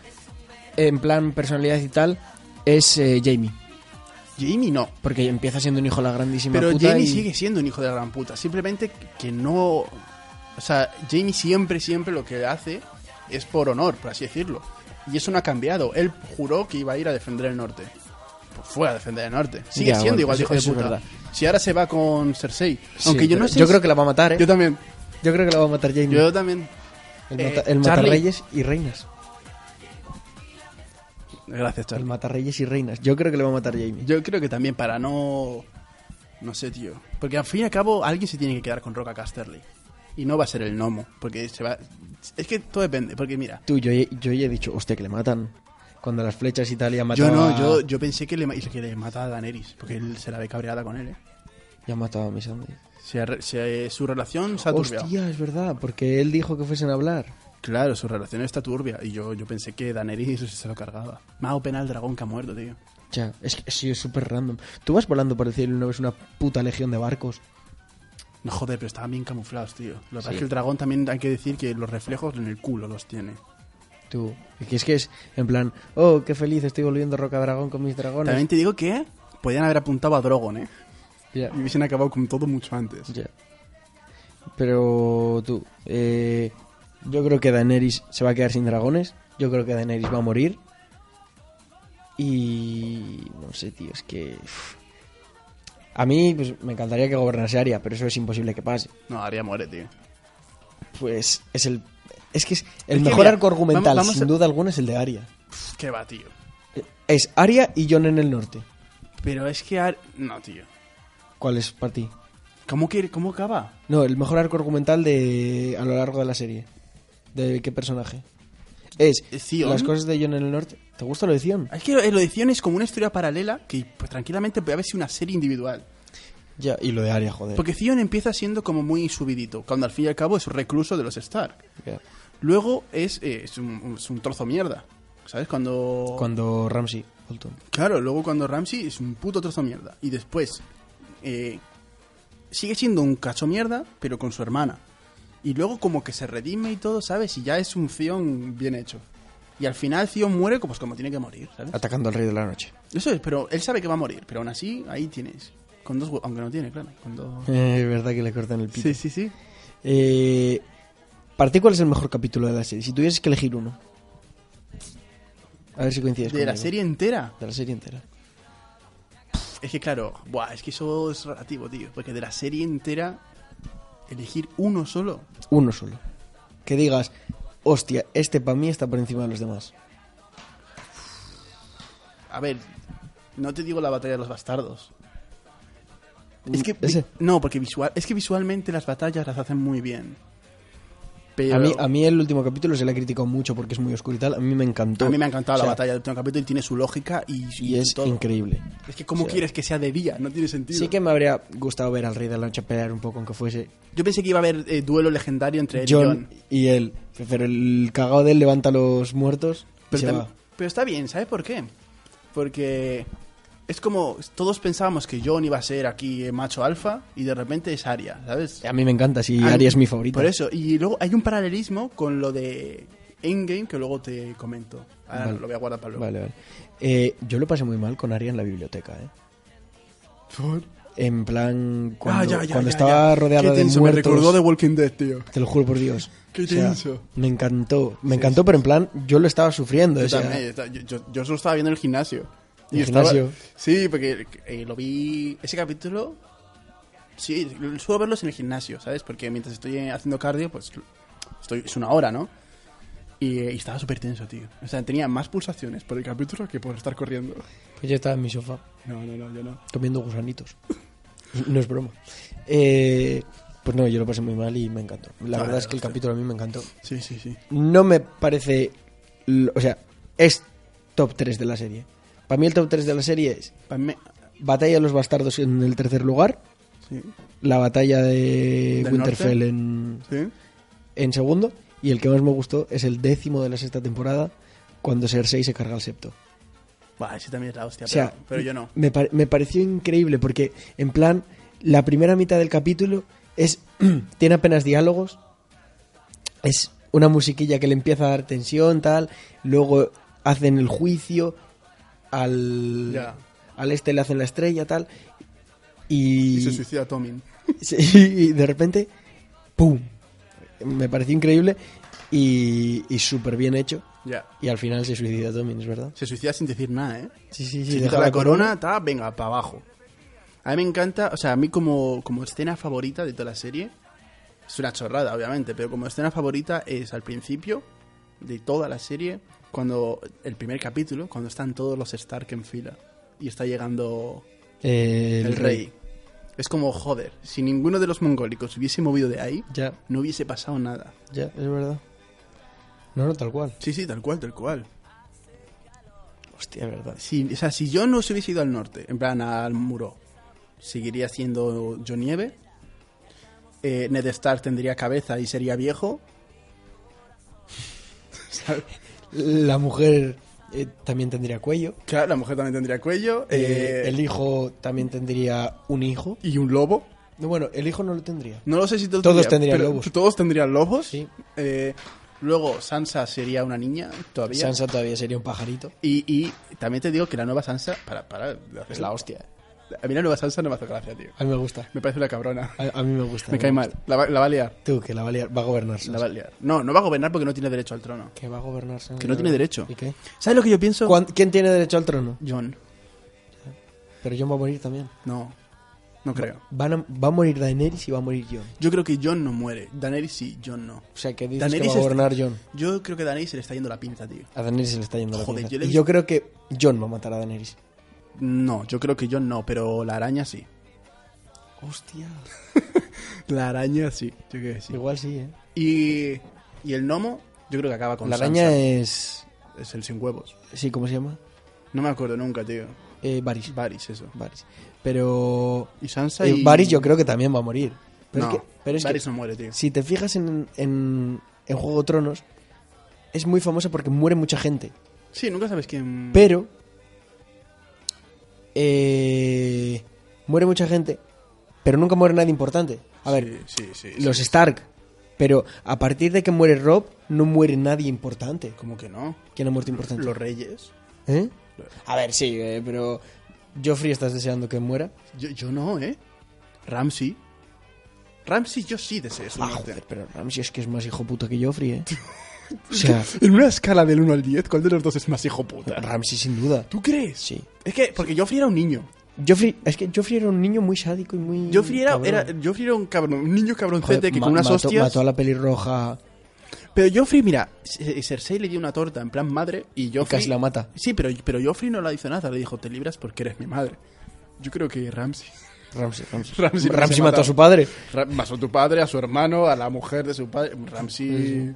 S3: en plan personalidad y tal es eh, Jamie.
S4: Jamie no.
S3: Porque empieza siendo un hijo de la grandísima
S4: Pero
S3: puta
S4: Jamie
S3: y-
S4: sigue siendo un hijo de la gran puta. Simplemente que no. O sea, Jamie siempre, siempre lo que hace es por honor, por así decirlo. Y eso no ha cambiado. Él juró que iba a ir a defender el norte. Pues fue a defender el norte. Sigue
S3: Ya,
S4: siendo
S3: bueno,
S4: igual de
S3: eso-
S4: hijo de
S3: eso es
S4: puta.
S3: verdad.
S4: Si ahora se va con Cersei.
S3: Sí,
S4: Aunque yo
S3: pero
S4: no sé.
S3: Yo
S4: si-
S3: creo que la Mm. va a matar, ¿eh?
S4: Yo
S3: Yo,
S4: también.
S3: creo que la va a matar Jamie.
S4: Yo también.
S3: el
S4: eh,
S3: mata, el
S4: Charlie.
S3: matarreyes y reinas.
S4: Gracias,
S3: El
S4: Charlie.
S3: matarreyes y reinas. Yo creo que le va a matar Jamie.
S4: Yo creo que también para no. No sé, tío. Porque al fin y al cabo, alguien se tiene que quedar con Roca Casterly. Y no va a ser el gnomo. Porque se va. Es que todo depende. Porque mira,
S3: Tú, yo, he- yo ya he dicho, hostia, que le matan. Cuando las flechas y tal ya matado
S4: yo no,
S3: a-
S4: yo, yo pensé que le, ma- que le mata a Daenerys. Porque él se la ve cabreada con él, ¿eh?
S3: Ya ha matado a mis Andes.
S4: Se ha re- se- su relación se ha turbiado.
S3: Hostia, es verdad, porque él dijo que fuesen a hablar.
S4: Claro, su relación está turbia. Y yo, yo pensé que Daenerys se lo cargaba. Me ha dado pena el dragón que ha muerto, tío.
S3: Ya, es que sí, es súper random. Tú vas volando por el cielo y no ves una puta legión de barcos.
S4: No joder, pero estaban bien camuflados, tío. Lo que pasa es
S3: Sí.
S4: que el dragón también hay que decir que los reflejos en el culo los tiene.
S3: Tú, que es que es en plan, oh, qué feliz, estoy volviendo a Roca Dragón con mis dragones.
S4: También te digo que podían haber apuntado a Drogon, ¿eh?
S3: Ya,
S4: Y hubiesen acabado con todo mucho antes.
S3: ya. Pero tú, eh, yo creo que Daenerys se va a quedar sin dragones. Yo creo que Daenerys va a morir. Y no sé, tío, es que uf. a mí pues, me encantaría que gobernase Arya, pero eso es imposible que pase.
S4: No, Aria muere, tío.
S3: Pues es el es que es el
S4: Es que
S3: mejor
S4: mira,
S3: arco argumental,
S4: vamos- vamos
S3: sin
S4: a- Eh,
S3: duda alguna, es el de Arya.
S4: Pff, Qué va, tío.
S3: Es Arya y Jon en el norte.
S4: Pero es que Ar- No, tío.
S3: ¿Cuál es para ti?
S4: ¿Cómo, que, ¿Cómo acaba?
S3: No, el mejor arco argumental de a lo largo de la serie. ¿De qué personaje? Es
S4: ¿Es Theon?
S3: las cosas de Jon en el norte. ¿Te gusta lo de Sion?
S4: Es que lo de Cion es como una historia paralela que pues, tranquilamente puede haber sido una serie individual.
S3: Ya, y lo de Arya, joder.
S4: Porque Cion empieza siendo como muy subidito, cuando al fin y al cabo es un recluso de los Stark.
S3: Ya.
S4: Luego es, eh, es, un, es un trozo mierda. ¿Sabes? Cuando...
S3: Cuando Ramsey Bolton.
S4: Claro, luego cuando Ramsey es un puto trozo mierda. Y después eh, sigue siendo un cacho mierda, pero con su hermana. Y luego como que se redime y todo, ¿sabes? Y ya es un Zion bien hecho. Y al final Zion muere como- pues, como tiene que morir, ¿sabes?
S3: Atacando al Rey de la Noche.
S4: Eso es, pero él sabe que va a morir, pero aún así ahí tienes. Con dos hue- aunque no tiene, claro. Con dos...
S3: Eh, Es verdad que le cortan el pito.
S4: Sí, sí, sí.
S3: Eh, ¿Para ti cuál es el mejor capítulo de la serie? Si tuvieses que elegir uno. A ver si coincides
S4: De la
S3: conmigo.
S4: serie entera.
S3: De la serie entera.
S4: Es que claro, buah, es que eso es relativo, tío. Porque de la serie entera, elegir uno solo.
S3: Uno solo. Que digas, hostia, este para mí está por encima de los demás.
S4: A ver, no te digo la batalla de los bastardos.
S3: Mm,
S4: Es que vi-
S3: ese.
S4: no, porque visual, es que visualmente las batallas las hacen muy bien. Pero
S3: A mí, a mí el último capítulo se le ha criticado mucho porque es muy oscuro y tal. A mí me encantó.
S4: a mí me ha encantado
S3: O sea,
S4: la batalla del último capítulo y tiene su lógica y,
S3: Y
S4: y
S3: es
S4: todo.
S3: increíble.
S4: Es que
S3: O
S4: cómo
S3: sea,
S4: quieres que sea de día, no tiene sentido.
S3: Sí que me habría gustado ver al Rey de la Noche pelear un poco, aunque fuese
S4: Yo pensé que iba a haber eh, duelo legendario entre él y
S3: John
S4: John.
S3: y él. Pero el cagado de él levanta a los muertos.
S4: Pero,
S3: se
S4: tam-
S3: va.
S4: pero está bien, ¿sabes por qué? Porque es como todos pensábamos que John iba a ser aquí eh, macho alfa y de repente es Aria, ¿sabes?
S3: A mí me encanta, sí,
S4: Ah,
S3: Arya es mi favorita.
S4: Por eso, y luego hay un paralelismo con lo de Endgame que luego te comento. Ahora
S3: Vale.
S4: lo voy a guardar para luego.
S3: Vale, vale. Eh, yo lo pasé muy mal con Aria en la biblioteca, ¿eh? En plan, cuando,
S4: Ah, ya, ya,
S3: cuando
S4: ya,
S3: estaba
S4: ya.
S3: rodeada
S4: Qué
S3: de
S4: tenso,
S3: muertos...
S4: Me recordó de Walking Dead, tío.
S3: Te lo juro por Dios.
S4: Qué
S3: O sea,
S4: tenso.
S3: me encantó, me encantó, pero en plan, yo lo estaba sufriendo.
S4: Yo
S3: o sea,
S4: también, yo estaba- yo, yo- yo solo estaba viendo en el gimnasio.
S3: ¿En el gimnasio?
S4: Sí, porque eh, lo vi. Ese capítulo. Sí, suelo verlos en el gimnasio, ¿sabes? Porque mientras estoy eh, haciendo cardio, pues. Estoy, es una hora, ¿no? Y, eh, y estaba súper tenso, tío. O sea, tenía más pulsaciones por el capítulo que por estar corriendo.
S3: pues yo estaba en mi sofá
S4: No, no, no, yo no.
S3: comiendo gusanitos. no es broma. Eh, pues no, yo lo pasé muy mal y me encantó. La
S4: Ah,
S3: verdad es que el
S4: hostia.
S3: capítulo a mí me encantó.
S4: Sí, sí, sí.
S3: No me parece... l- O sea, es top 3 de la serie. Para mí el top 3 de la serie es
S4: Pa' mí-
S3: Batalla de los Bastardos en el tercer lugar,
S4: sí,
S3: la batalla de
S4: ¿Del
S3: Winterfell
S4: norte?
S3: en,
S4: sí.
S3: en segundo, y el que más me gustó es el décimo de la sexta temporada, cuando Cersei se carga al septo.
S4: Buah, ese también es la hostia,
S3: O sea,
S4: pero, pero yo no.
S3: Me, par- me pareció increíble porque, en plan, la primera mitad del capítulo es tiene apenas diálogos, es una musiquilla que le empieza a dar tensión, tal, luego hacen el juicio, al,
S4: Ya.
S3: al este le hacen la estrella, tal, y,
S4: Y se suicida Tommy.
S3: Sí, y de repente, ¡pum! Me pareció increíble y, y súper bien hecho.
S4: Ya.
S3: Y al final se suicida Tommy, es verdad.
S4: Se suicida sin decir nada, ¿eh?
S3: Sí, sí, sí.
S4: Si
S3: deja
S4: quita la corona, ta, venga, para abajo. A mí me encanta, o sea, a mí como, como escena favorita de toda la serie, es una chorrada, obviamente, pero como escena favorita es al principio de toda la serie, cuando el primer capítulo, cuando están todos los Stark en fila y está llegando
S3: Eh,
S4: el, rey. Es como, joder, si ninguno de los mongólicos hubiese movido de ahí,
S3: Ya,
S4: no hubiese pasado nada.
S3: ya, es verdad. No, no, tal cual.
S4: Sí, sí, tal cual, tal cual.
S3: Hostia, es verdad.
S4: Si, o sea, si yo no se hubiese ido al norte, en plan al muro, seguiría siendo yo nieve. Eh, Ned Stark tendría cabeza y sería viejo. ¿Sabes?
S3: La mujer eh, también tendría cuello.
S4: Claro, la mujer también tendría cuello.
S3: Eh,
S4: eh,
S3: el hijo también tendría un hijo.
S4: Y un lobo.
S3: No, bueno, el hijo no lo tendría.
S4: No lo sé si todos,
S3: Todos tendrían
S4: pero
S3: lobos.
S4: Todos tendrían lobos.
S3: Sí.
S4: Eh, luego Sansa sería una niña todavía.
S3: Sansa todavía sería un pajarito.
S4: Y, y también te digo que la nueva Sansa. Para, para. de hacer-
S3: Es la hostia. eh.
S4: A mí la nueva Sansa no me hace gracia, tío.
S3: A mí me gusta.
S4: Me parece una cabrona.
S3: A, a mí me gusta.
S4: Me cae mal. La, va- la va a liar.
S3: Tú, que la va a, liar- va a gobernar Sansa.
S4: La va a liar. No, no va a gobernar porque no tiene derecho al trono.
S3: Que va a gobernar Sansa.
S4: Que no tiene derecho.
S3: ¿Y qué?
S4: ¿Sabes lo que yo pienso?
S3: ¿Cuán- ¿Quién tiene derecho al trono?
S4: John.
S3: Pero Jon va a morir también.
S4: No. No creo.
S3: Van a- va a morir Daenerys y va a morir Jon.
S4: Yo creo que John no muere. Daenerys sí, John no.
S3: O sea, que dices
S4: Daenerys
S3: que va a
S4: está-
S3: gobernar Jon.
S4: Yo creo que Daenerys se le está yendo la pinza, tío.
S3: A Daenerys se le está yendo la
S4: Joder,
S3: pinza.
S4: yo le he
S3: Y
S4: visto-
S3: yo creo que Jon va a matar a Daenerys.
S4: No, yo creo que John no, pero la araña sí.
S3: Hostia.
S4: La araña sí, yo creo que sí.
S3: Igual sí, ¿eh?
S4: Y, y el gnomo, yo creo que acaba con
S3: la
S4: Sansa.
S3: araña es...
S4: Es el sin huevos.
S3: Sí, ¿cómo se llama?
S4: No me acuerdo nunca, tío.
S3: Eh, Varys.
S4: Varys, eso.
S3: Varys. Pero...
S4: Y Sansa
S3: eh,
S4: y...
S3: Varys yo creo que también va a morir. Pero
S4: No,
S3: es que, pero es que
S4: Varys no muere, tío.
S3: si te fijas en, en, en Juego de Tronos, es muy famosa porque muere mucha gente.
S4: Sí, nunca sabes quién...
S3: Pero eh, muere mucha gente, pero nunca muere nadie importante. A ver,
S4: Sí, sí, sí.
S3: los Stark. Pero a partir de que muere Rob, no muere nadie importante.
S4: ¿Cómo que no?
S3: ¿Quién ha muerto importante?
S4: Los reyes.
S3: ¿Eh? A ver, sí, eh, pero Joffrey estás deseando que muera.
S4: Yo, yo no, ¿eh? Ramsey. Ramsey yo sí deseo su
S3: Ah,
S4: muerte.
S3: joder, pero Ramsay es que es más hijo puta que Joffrey, ¿eh? O sea,
S4: En una escala del 1 al 10, ¿cuál de los dos es más hijo puta?
S3: Ramsay sin duda.
S4: ¿Tú crees?
S3: Sí.
S4: Es que, porque Joffrey era un niño.
S3: Joffrey, es que Joffrey era un niño muy sádico y muy.
S4: Joffrey era,
S3: cabrón.
S4: era, Joffrey era un cabrón, un niño cabroncete
S3: Joder,
S4: que
S3: ma-
S4: con unas
S3: mató,
S4: hostias.
S3: mató a la pelirroja
S4: Pero Joffrey, mira, C- Cersei le dio una torta en plan madre y
S3: y
S4: Joffrey.
S3: casi la mata.
S4: Sí, pero, pero Joffrey no le hizo nada, le dijo, te libras porque eres mi madre. Yo creo que Ramsey.
S3: Ramsey, Ramsey.
S4: Ramsey no se
S3: mató
S4: mataba.
S3: a su padre.
S4: Más a tu padre, a su hermano, a la mujer de su padre. Ramsey.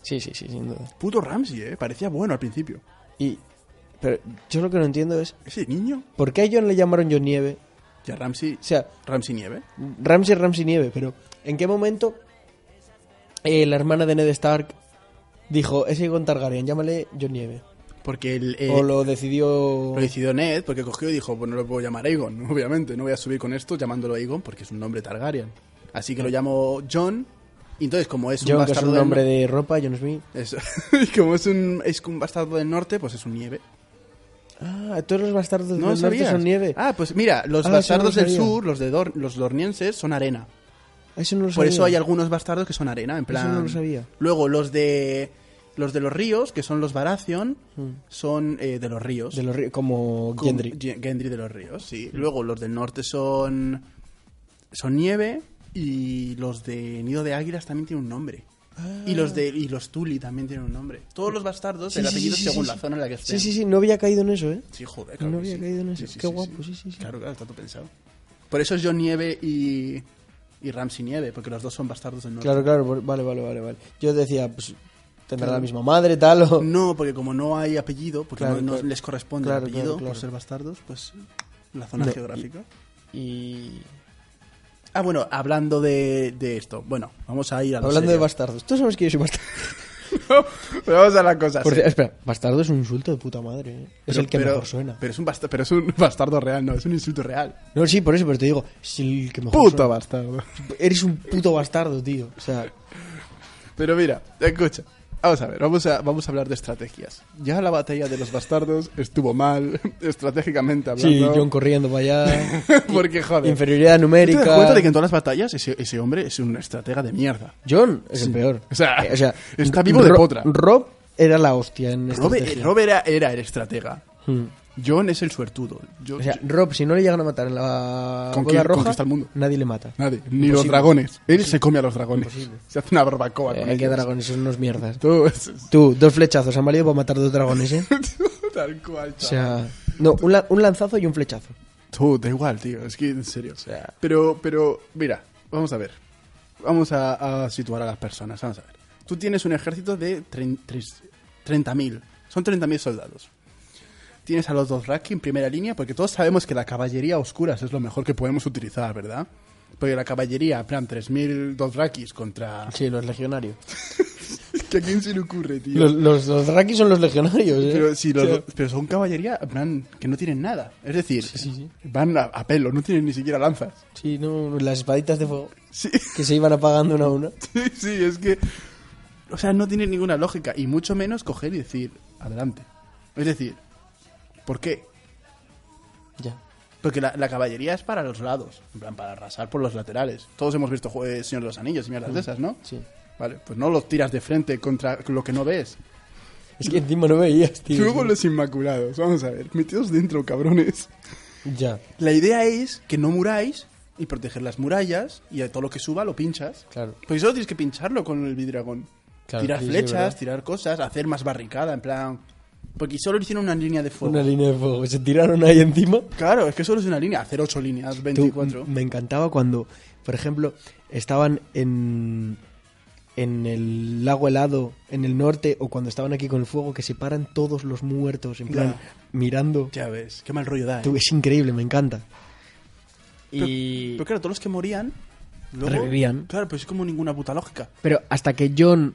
S3: Sí, sí, sí, sin duda.
S4: Puto Ramsey, eh. Parecía bueno al principio.
S3: Y. Pero yo lo que no entiendo es.
S4: Ese niño.
S3: ¿Por qué a John le llamaron John Nieve?
S4: Ya Ramsey.
S3: O sea,
S4: Ramsey Nieve.
S3: Ramsey Ramsey Nieve, pero ¿en qué momento eh, la hermana de Ned Stark dijo, es Aegon Targaryen, llámale John Nieve?
S4: Porque el. eh,
S3: o lo decidió...
S4: Lo decidió Ned porque cogió y dijo, pues no lo puedo llamar Aegon, obviamente, no voy a subir con esto llamándolo Aegon porque es un nombre Targaryen. Así que lo llamo John, y entonces como es un
S3: John, que es
S4: bastardo
S3: un
S4: del
S3: nombre
S4: no-
S3: de ropa, John Smith.
S4: Eso. y como es un, es un bastardo del norte, pues es un nieve.
S3: Ah, todos los bastardos
S4: No lo
S3: del norte
S4: sabías.
S3: son nieve.
S4: Ah, pues mira, los
S3: Ah, eso
S4: bastardos
S3: no lo
S4: del
S3: sabía.
S4: sur, los de Dor- los dornienses, son arena.
S3: Ah, eso no lo
S4: Por
S3: sabía.
S4: eso hay algunos bastardos que son arena, en plan.
S3: no lo sabía.
S4: Luego los de los de los ríos, que son los Baratheon, son eh, de los ríos.
S3: Mm. De los ri- como
S4: Con-
S3: Gendry.
S4: Gen- Gendry de los ríos, sí. Luego los del norte son. Son nieve. Y los de Nido de Águilas también tienen un nombre. Y los de y los Tuli también tienen un nombre. Todos los bastardos,
S3: Sí,
S4: el
S3: sí,
S4: apellido
S3: sí, sí,
S4: según
S3: sí,
S4: la
S3: sí.
S4: zona en la que estén.
S3: Sí, sí, sí, no había caído en eso, ¿eh?
S4: Sí, joder,
S3: No
S4: claro. que
S3: había
S4: sí.
S3: caído en
S4: Sí,
S3: eso.
S4: sí,
S3: Qué
S4: sí,
S3: guapo, sí, sí, sí.
S4: Claro, claro, está todo pensado. Por eso es John Nieve y. Y Ramsey Nieve, porque los dos son bastardos del norte.
S3: Claro, claro, por- vale, vale, vale, vale. Yo decía, pues, tendrá la misma madre, tal, o...
S4: No, porque como no hay apellido, porque
S3: Claro,
S4: no, no
S3: claro.
S4: les corresponde
S3: Claro,
S4: el apellido
S3: claro, claro.
S4: por ser bastardos, pues la zona
S3: No, y-
S4: geográfica.
S3: Y...
S4: Ah, bueno, hablando de, de esto. Bueno, vamos a ir a lo
S3: Hablando de
S4: serio.
S3: bastardos, ¿tú sabes que yo soy bastardo?
S4: Pero vamos a la cosa.
S3: Por
S4: seria.
S3: cier- espera, bastardo es un insulto de puta madre. ¿eh? Es
S4: Ah, Pero-
S3: el que
S4: pero-
S3: mejor suena.
S4: Pero es, un basta- pero es un bastardo real, no, es un insulto real.
S3: no, sí, por eso, pero te digo, es el que mejor
S4: Puto
S3: suena.
S4: bastardo.
S3: Eres un puto bastardo, tío. O sea,
S4: Pero mira, escucha. Vamos a ver, vamos a, vamos a hablar de estrategias. Ya la batalla de los bastardos estuvo mal, estratégicamente
S3: sí,
S4: hablando.
S3: John corriendo para allá.
S4: porque joder.
S3: inferioridad
S4: ¿Te das
S3: numérica.
S4: cuenta de que en todas las batallas ese, ese hombre es un estratega de mierda?
S3: John es el peor.
S4: O sea,
S3: Eh,
S4: está vivo de
S3: Ro-
S4: potra.
S3: Rob era la hostia en esta
S4: Rob, e-
S3: estrategia.
S4: Rob era, era el estratega.
S3: Hmm.
S4: John es el suertudo. Yo-
S3: O sea,
S4: yo-
S3: Rob, si no le llegan a matar en la
S4: e- ¿Con
S3: boda
S4: quién
S3: roja,
S4: conquista el mundo?
S3: nadie le mata.
S4: nadie, ni los dragones. Él se come a los dragones.
S3: Imposible.
S4: Se hace una barbacoa.
S3: Eh,
S4: con
S3: qué
S4: ellos.
S3: dragones, son unos mierdas.
S4: Todo es-
S3: Tú, dos flechazos han valido para matar dos dragones, ¿eh?
S4: Tal cual,
S3: O sea, no, un, la- un lanzazo y un flechazo.
S4: Todo da igual, tío. Es que en serio.
S3: sea-
S4: Pero, pero, mira, vamos a ver. Vamos a, a situar a las personas. Vamos a ver. Tú tienes un ejército de trein- tres- 30.000. Son 30.000 soldados. Tienes a los dos Raki en primera línea, porque todos sabemos que la caballería a oscuras es lo mejor que podemos utilizar, ¿verdad? Porque la caballería, en plan, 3.000 Dothrakis contra...
S3: Sí, los legionarios.
S4: ¿Que ¿A quién se le ocurre, tío?
S3: Los, los, los Drakis son los legionarios, ¿eh?
S4: Pero, si los-
S3: O sea,
S4: pero son caballería, en plan, que no tienen nada. Es decir, van a, a pelo, no tienen ni siquiera lanzas.
S3: sí, no, las espaditas de fuego
S4: Sí,
S3: que se iban apagando una a una.
S4: sí, sí, es que. O sea, no tiene ninguna lógica. Y mucho menos coger y decir, adelante. Es decir, ¿por qué?
S3: Ya.
S4: Porque la, la caballería es para los lados, en plan, para arrasar por los laterales. Todos hemos visto jue- eh, Señor de los Anillos y mierdas de esas, ¿no?
S3: Sí.
S4: Vale, pues no los tiras de frente contra lo que no ves.
S3: Es que encima no veías, tío.
S4: Luego los Inmaculados, vamos a ver, metidos dentro, cabrones.
S3: Ya,
S4: La idea es que no muráis y proteger las murallas y a todo lo que suba lo pinchas.
S3: Claro.
S4: Porque solo tienes que pincharlo con el bidragón.
S3: Claro,
S4: tirar
S3: sí, sí,
S4: flechas,
S3: verdad.
S4: tirar cosas, hacer más barricada, en plan... Porque solo hicieron una línea de fuego.
S3: una línea de fuego. Se tiraron ahí encima.
S4: Claro, es que solo es una línea, hacer ocho líneas,
S3: Tú, mm,
S4: 24.
S3: m- me encantaba cuando, por ejemplo, estaban en, en el lago helado en el norte o cuando estaban aquí con el fuego que se paran todos los muertos, en plan,
S4: Ya.
S3: mirando.
S4: Ya ves, qué mal rollo da, ¿eh?
S3: Tú, es increíble, me encanta. Y...
S4: Pero claro, todos los que morían... Luego,
S3: Revivían.
S4: Claro, pues es como ninguna puta lógica.
S3: Pero hasta que John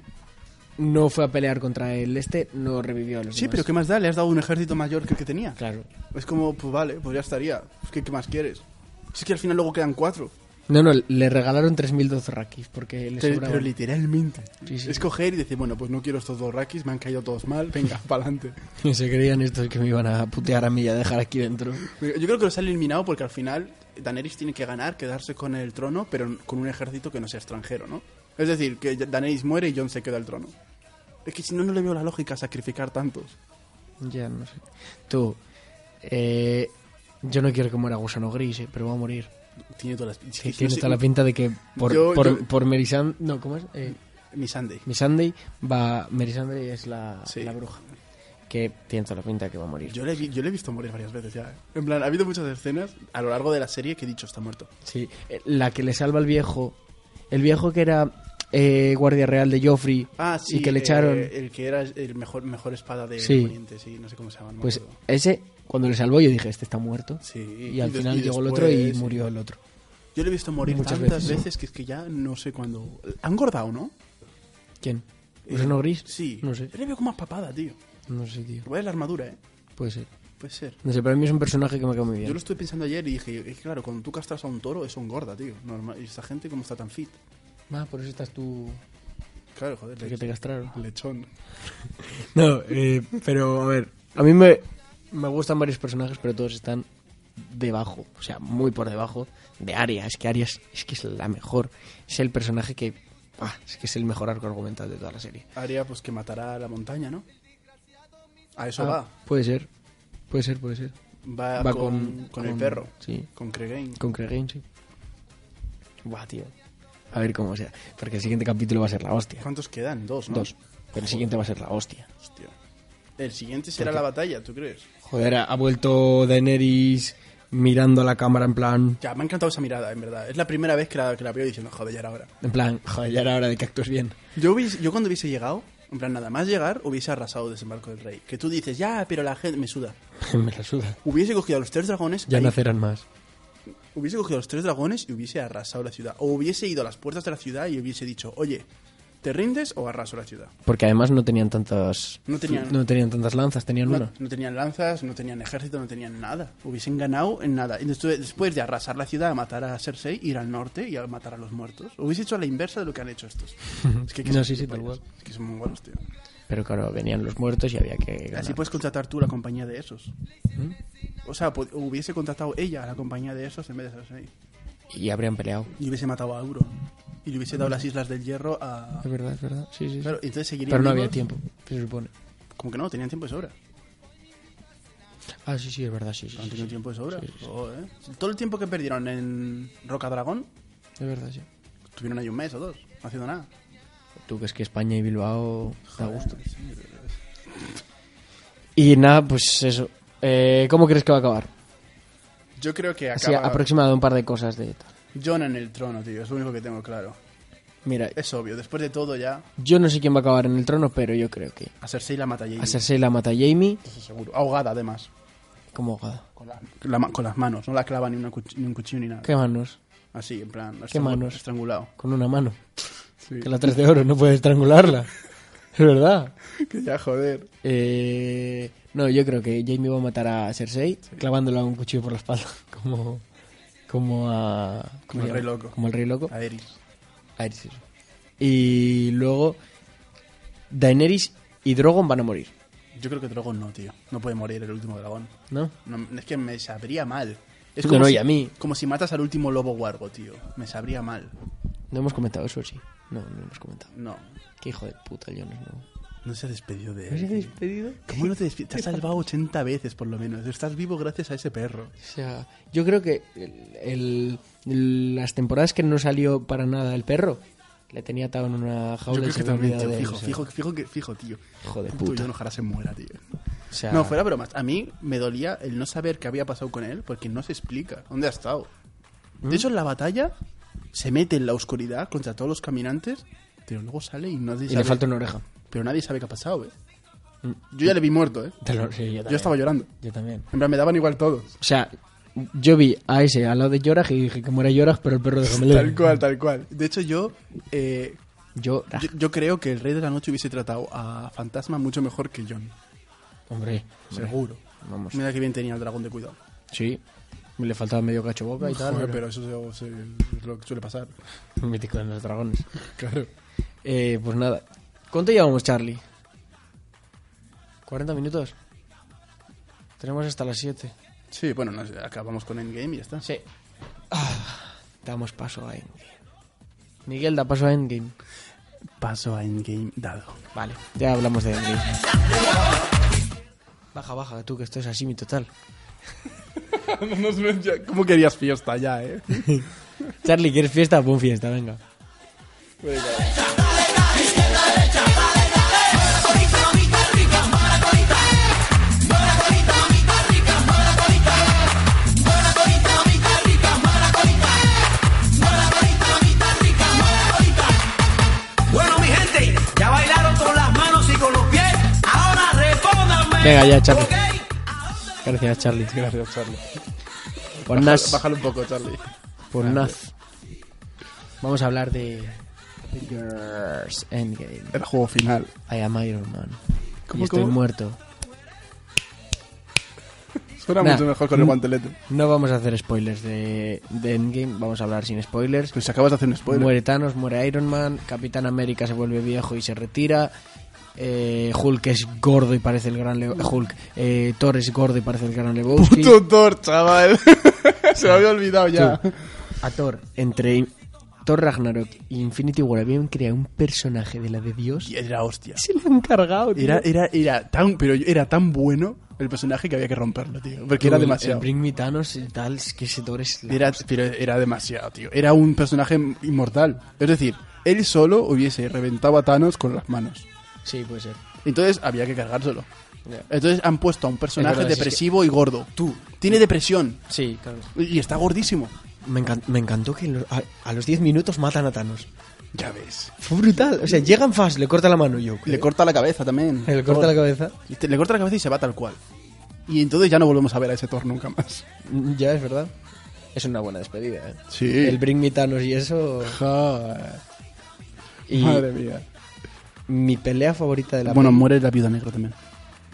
S3: no fue a pelear contra el este, no revivió a los
S4: Sí,
S3: demás.
S4: pero ¿qué más da? Le has dado un ejército mayor que el que tenía.
S3: Claro.
S4: Es como, pues vale, pues ya estaría. Pues, ¿qué, qué más quieres? Es que al final luego quedan cuatro.
S3: No, no, le regalaron 3.000 dothraki porque le
S4: Pero,
S3: sobraban.
S4: pero literalmente.
S3: Sí, sí.
S4: Es coger y decir, bueno, pues no quiero estos dos rakis, me han caído todos mal, venga, pa'lante.
S3: Se creían estos que me iban a putear a mí y a dejar aquí dentro.
S4: Yo creo que los han eliminado porque al final Daenerys tiene que ganar, quedarse con el trono, pero con un ejército que no sea extranjero, ¿no? Es decir, que Daenerys muere y Jon se queda el trono. Es que si no, no le veo la lógica a sacrificar tantos.
S3: Ya, no sé. Tú, eh, Yo no quiero que muera Gusano Gris, eh, pero va a morir.
S4: Tiene todas las. es que
S3: Que
S4: yo
S3: tiene
S4: sé-
S3: toda la pinta de que por,
S4: Yo-
S3: por,
S4: yo-
S3: por Mary Sand- No, ¿cómo es? Eh,
S4: Mi Sunday.
S3: Miss Sunday va... Mary Sunday es la,
S4: Sí.
S3: la bruja. Que tiene toda la pinta de que va a morir.
S4: Yo le, he vi- yo le he visto morir varias veces ya. eh. En plan, ha habido muchas escenas a lo largo de la serie que he dicho, está muerto.
S3: Sí, eh, la que le salva al viejo. El viejo que era eh, guardia real de Joffrey
S4: Ah, sí.
S3: y que le
S4: eh,
S3: echaron.
S4: el que era el mejor, mejor espada de
S3: Sí.
S4: Poniente, sí, no sé cómo se llama. no me
S3: pues
S4: acuerdo.
S3: ese, cuando le salvó, yo dije, este está muerto.
S4: Sí,
S3: y al
S4: y des-
S3: final
S4: y
S3: llegó el
S4: después-
S3: otro y murió el otro.
S4: Yo le he visto morir
S3: Muchas
S4: tantas
S3: veces.
S4: veces. que es que ya no sé cuándo. Ha engordado, ¿no?
S3: ¿Quién? ¿Gusano Gris?
S4: Eh, Sí.
S3: No sé.
S4: Yo le veo con más papada, tío.
S3: No sé, tío.
S4: Igual es la armadura, ¿eh?
S3: Puede ser.
S4: Puede ser.
S3: No sé, para mí es un personaje que me queda muy bien.
S4: Yo lo estuve pensando ayer y dije, es que claro, cuando tú castras a un toro, eso engorda, tío. Normal. ¿Y esta gente cómo está tan fit?
S3: Ah, por eso estás tú.
S4: Claro, joder.
S3: Porque te castraron.
S4: Lechón.
S3: No, eh, pero a ver. A mí me, me gustan varios personajes, pero todos están debajo, o sea, muy por debajo de Aria. Es que Aria es, es que es la mejor. Es el personaje que. ah, es que es el mejor arco argumental de toda la serie.
S4: Haría pues que matará a la montaña, ¿no? A eso
S3: Ah, Puede ser. Puede ser, puede ser.
S4: va. Va,
S3: va
S4: con,
S3: con-
S4: con el
S3: con-
S4: perro.
S3: sí.
S4: Con Cregain.
S3: Con Cregain, sí. Buah, tío. A ver cómo sea. Porque el siguiente capítulo va a ser la hostia.
S4: ¿Cuántos quedan? Dos, ¿no?
S3: Dos. Pero el siguiente va a ser la hostia.
S4: Hostia. El siguiente será la batalla, ¿tú crees?
S3: Joder, ha vuelto Daenerys mirando a la cámara en plan.
S4: Ya, me ha encantado esa mirada, en verdad. Es la primera vez que la, que la veo diciendo, joder, ya era hora.
S3: En plan, joder, ya era hora de que actúes bien.
S4: Yo, hubiese- yo cuando hubiese llegado, en plan, nada más llegar, hubiese arrasado desembarco del rey. Que tú dices, ya, pero la gente me suda.
S3: me la suda.
S4: Hubiese cogido a los tres dragones.
S3: Ya
S4: ahí,
S3: nacerán más.
S4: Hubiese cogido a los tres dragones y hubiese arrasado la ciudad. O hubiese ido a las puertas de la ciudad y hubiese dicho, oye, ¿te rindes o arraso la ciudad?
S3: Porque además no tenían tantas.
S4: No tenían-
S3: tenían tantas lanzas, tenían
S4: No,
S3: una.
S4: no tenían lanzas, no tenían ejército, no tenían nada. Hubiesen ganado en nada. Y después, después de arrasar la ciudad, matar a Cersei, ir al norte y a matar a los muertos. Hubiese hecho la inversa de lo que han hecho estos. es que, que
S3: No,
S4: son
S3: sí, sí, tal
S4: gilipollas.
S3: cual.
S4: Es que son muy buenos, tío.
S3: Pero claro, venían los muertos y había que ¿Mm? ganar.
S4: Así pues. puedes contratar tú la compañía de esos. O sea, pu- hubiese contratado ella a la compañía de esos en vez de Cersei.
S3: Y habrían peleado.
S4: Y hubiese matado a Euron. Y le hubiese dado las Islas del Hierro a...
S3: Es verdad, es verdad. Sí, sí. sí.
S4: Claro, entonces seguirían
S3: Pero no
S4: vivos.
S3: había tiempo, se supone.
S4: Como que no, tenían tiempo de sobra.
S3: Ah, sí, sí, es verdad, sí, sí.
S4: Han
S3: sí,
S4: tenido
S3: sí.
S4: tiempo de sobra.
S3: Sí, sí, sí.
S4: Joder. Todo el tiempo que perdieron en Roca Dragón,
S3: Es verdad, sí.
S4: Estuvieron ahí un mes o dos, no haciendo nada.
S3: Tú crees que España y Bilbao da gusto.
S4: Sí,
S3: Y nada, pues eso. Eh, ¿Cómo crees que va a acabar?
S4: Yo creo que
S3: Así
S4: acaba
S3: aproximado un par de cosas de tal.
S4: John en el trono, tío. Es lo único que tengo claro.
S3: Mira,
S4: Es obvio. Después de todo ya,
S3: yo no sé quién va a acabar en el trono, pero yo creo que
S4: a Cersei la mata Jaime.
S3: a Cersei la mata Jamie
S4: Eso seguro. Ahogada, además.
S3: como ahogada.
S4: Con, la- la ma- con las manos. No la clava ni, una cuch- ni un cuchillo ni nada.
S3: ¿Qué manos?
S4: Así, en plan.
S3: ¿Qué manos?
S4: Estrangulado.
S3: Con una mano. Que la 3 de oro no puede estrangularla. Es verdad.
S4: Que ya, joder.
S3: Eh, no, yo creo que Jamie va a matar a Cersei clavándola un cuchillo por la espalda. Como, como a. ¿cómo
S4: Como
S3: se
S4: el
S3: llama?
S4: rey loco.
S3: Como el rey loco.
S4: A Eris.
S3: A Eris, eso. Y luego. Daenerys y Drogon van a morir,
S4: Yo creo que Drogon no, tío. No puede morir el último dragón.
S3: ¿no?
S4: No, es que me sabría mal. Es
S3: No, no, y a mí.
S4: como si matas al último lobo guargo, tío. Me sabría mal.
S3: No hemos comentado eso, sí. No, no lo hemos comentado.
S4: No.
S3: Qué hijo de puta, yo no.
S4: No se ha despedido de él.
S3: ¿No se ha
S4: tío.
S3: despedido?
S4: ¿Cómo no te despides? Te has salvado 80 veces, por lo menos. Estás vivo gracias a ese perro.
S3: O sea, yo creo que el- el- el- las temporadas que no salió para nada el perro, le tenía atado en una jaula. y se me olvidó
S4: tío.
S3: de-
S4: Fijo,
S3: o sea,
S4: fijo, fijo, que- fijo, tío.
S3: Hijo de
S4: Tú,
S3: puta.
S4: yo no ojalá se muera, tío.
S3: o sea,
S4: No, fuera bromas. A mí me dolía el no saber qué había pasado con él porque no se explica. ¿Dónde ha estado?
S3: ¿Mm?
S4: De hecho, en la batalla se mete en la oscuridad contra todos los caminantes, pero luego sale y nadie
S3: Y
S4: sabe.
S3: le falta Mm. una oreja.
S4: Pero nadie sabe qué ha pasado, ¿eh? Yo ya le vi muerto, ¿eh?
S3: Te lo- sí, yo,
S4: Yo estaba llorando.
S3: Yo también.
S4: En plan, me daban igual todos.
S3: O sea, yo vi a ese al lado de Yorah y dije que muera Yorah, pero el perro de Gamelén.
S4: Tal cual, tal cual. De hecho, yo eh,
S3: Yorah.
S4: Yo, yo creo que el Rey de la Noche hubiese tratado a Fantasma mucho mejor que John.
S3: Hombre,
S4: Seguro.
S3: vamos.
S4: Mira que bien tenía el dragón de cuidado.
S3: Sí. Le faltaba medio cacho boca y tal.
S4: Joder,
S3: pero-
S4: pero eso se- se- es lo que suele pasar.
S3: Mítico en los dragones.
S4: Claro.
S3: Eh, pues nada. ¿Cuánto llevamos, Charlie? ¿40 minutos? Tenemos hasta las 7.
S4: Sí, bueno, no sé, acabamos con Endgame y ya está.
S3: Sí. Ah, damos paso a Endgame. Miguel, da paso a Endgame.
S4: Paso a Endgame dado.
S3: Vale, ya hablamos de Endgame. Baja, baja, tú que esto es así mi total.
S4: No nos ven ya. ¿Cómo querías fiesta ya, eh?
S3: Charlie, ¿quieres fiesta? Pon fiesta, venga.
S6: Bueno, mi gente, ya bailaron con las manos y con los pies. Ahora respóndanme.
S3: Venga, ya, Charlie.
S6: ¿ok?
S3: Gracias, Charlie.
S4: Gracias, Charlie.
S3: Por Nas.
S4: Bájalo un poco, Charlie.
S3: Por Naz. Vamos a hablar de. Avengers Endgame.
S4: El juego final.
S3: I am Iron Man. y
S4: ¿Cómo,
S3: estoy
S4: cómo?
S3: muerto.
S4: Suena
S3: Nah. Mm.
S4: mucho mejor con el guantelete.
S3: No vamos a hacer spoilers de, de Endgame. Vamos a hablar sin spoilers.
S4: Pues acabas de hacer un spoiler.
S3: Muere Thanos, muere Iron Man, Capitán América se vuelve viejo y se retira. eh, Hulk es gordo y parece el gran Lev- Hulk. Eh, Thor es gordo y parece el gran Lebowski.
S4: Tutor, chaval. Se me había olvidado ya.
S3: Tú, A Thor, entre In- Thor Ragnarok y Infinity War habían creado un personaje de la de Dios.
S4: Y era hostia.
S3: Se lo han cargado, tío.
S4: Era, era, era tan, pero era tan bueno el personaje que había que romperlo, tío. Porque era
S3: El-
S4: demasiado.
S3: el Bring Me Thanos y tal, es que ese Thor es... la-
S4: Era, pero era demasiado, tío. Era un personaje inmortal. Es decir, él solo hubiese reventado a Thanos con las manos.
S3: Sí, puede ser.
S4: Entonces había que cargárselo. Entonces han puesto a un personaje
S3: Es verdad, sí,
S4: depresivo y gordo. Tú. Tiene depresión.
S3: Sí, claro.
S4: Y y está gordísimo.
S3: Me, encan- me encantó que lo- a, a los 10 minutos matan a Thanos.
S4: Ya ves.
S3: Fue brutal. O sea, llegan fast, le corta la mano yo. "Eh,
S4: Le corta la cabeza también.
S3: Le corta la cabeza.
S4: Y te- Le corta la cabeza y se va tal cual. Y entonces ya no volvemos a ver a ese Thor nunca más.
S3: Mm, Ya, es verdad. Es una buena despedida, ¿eh?
S4: Sí.
S3: El Bring Me Thanos y eso...
S4: Joder.
S3: Y
S4: Madre mía.
S3: mi pelea favorita de la
S4: Bueno, muere la viuda negra también.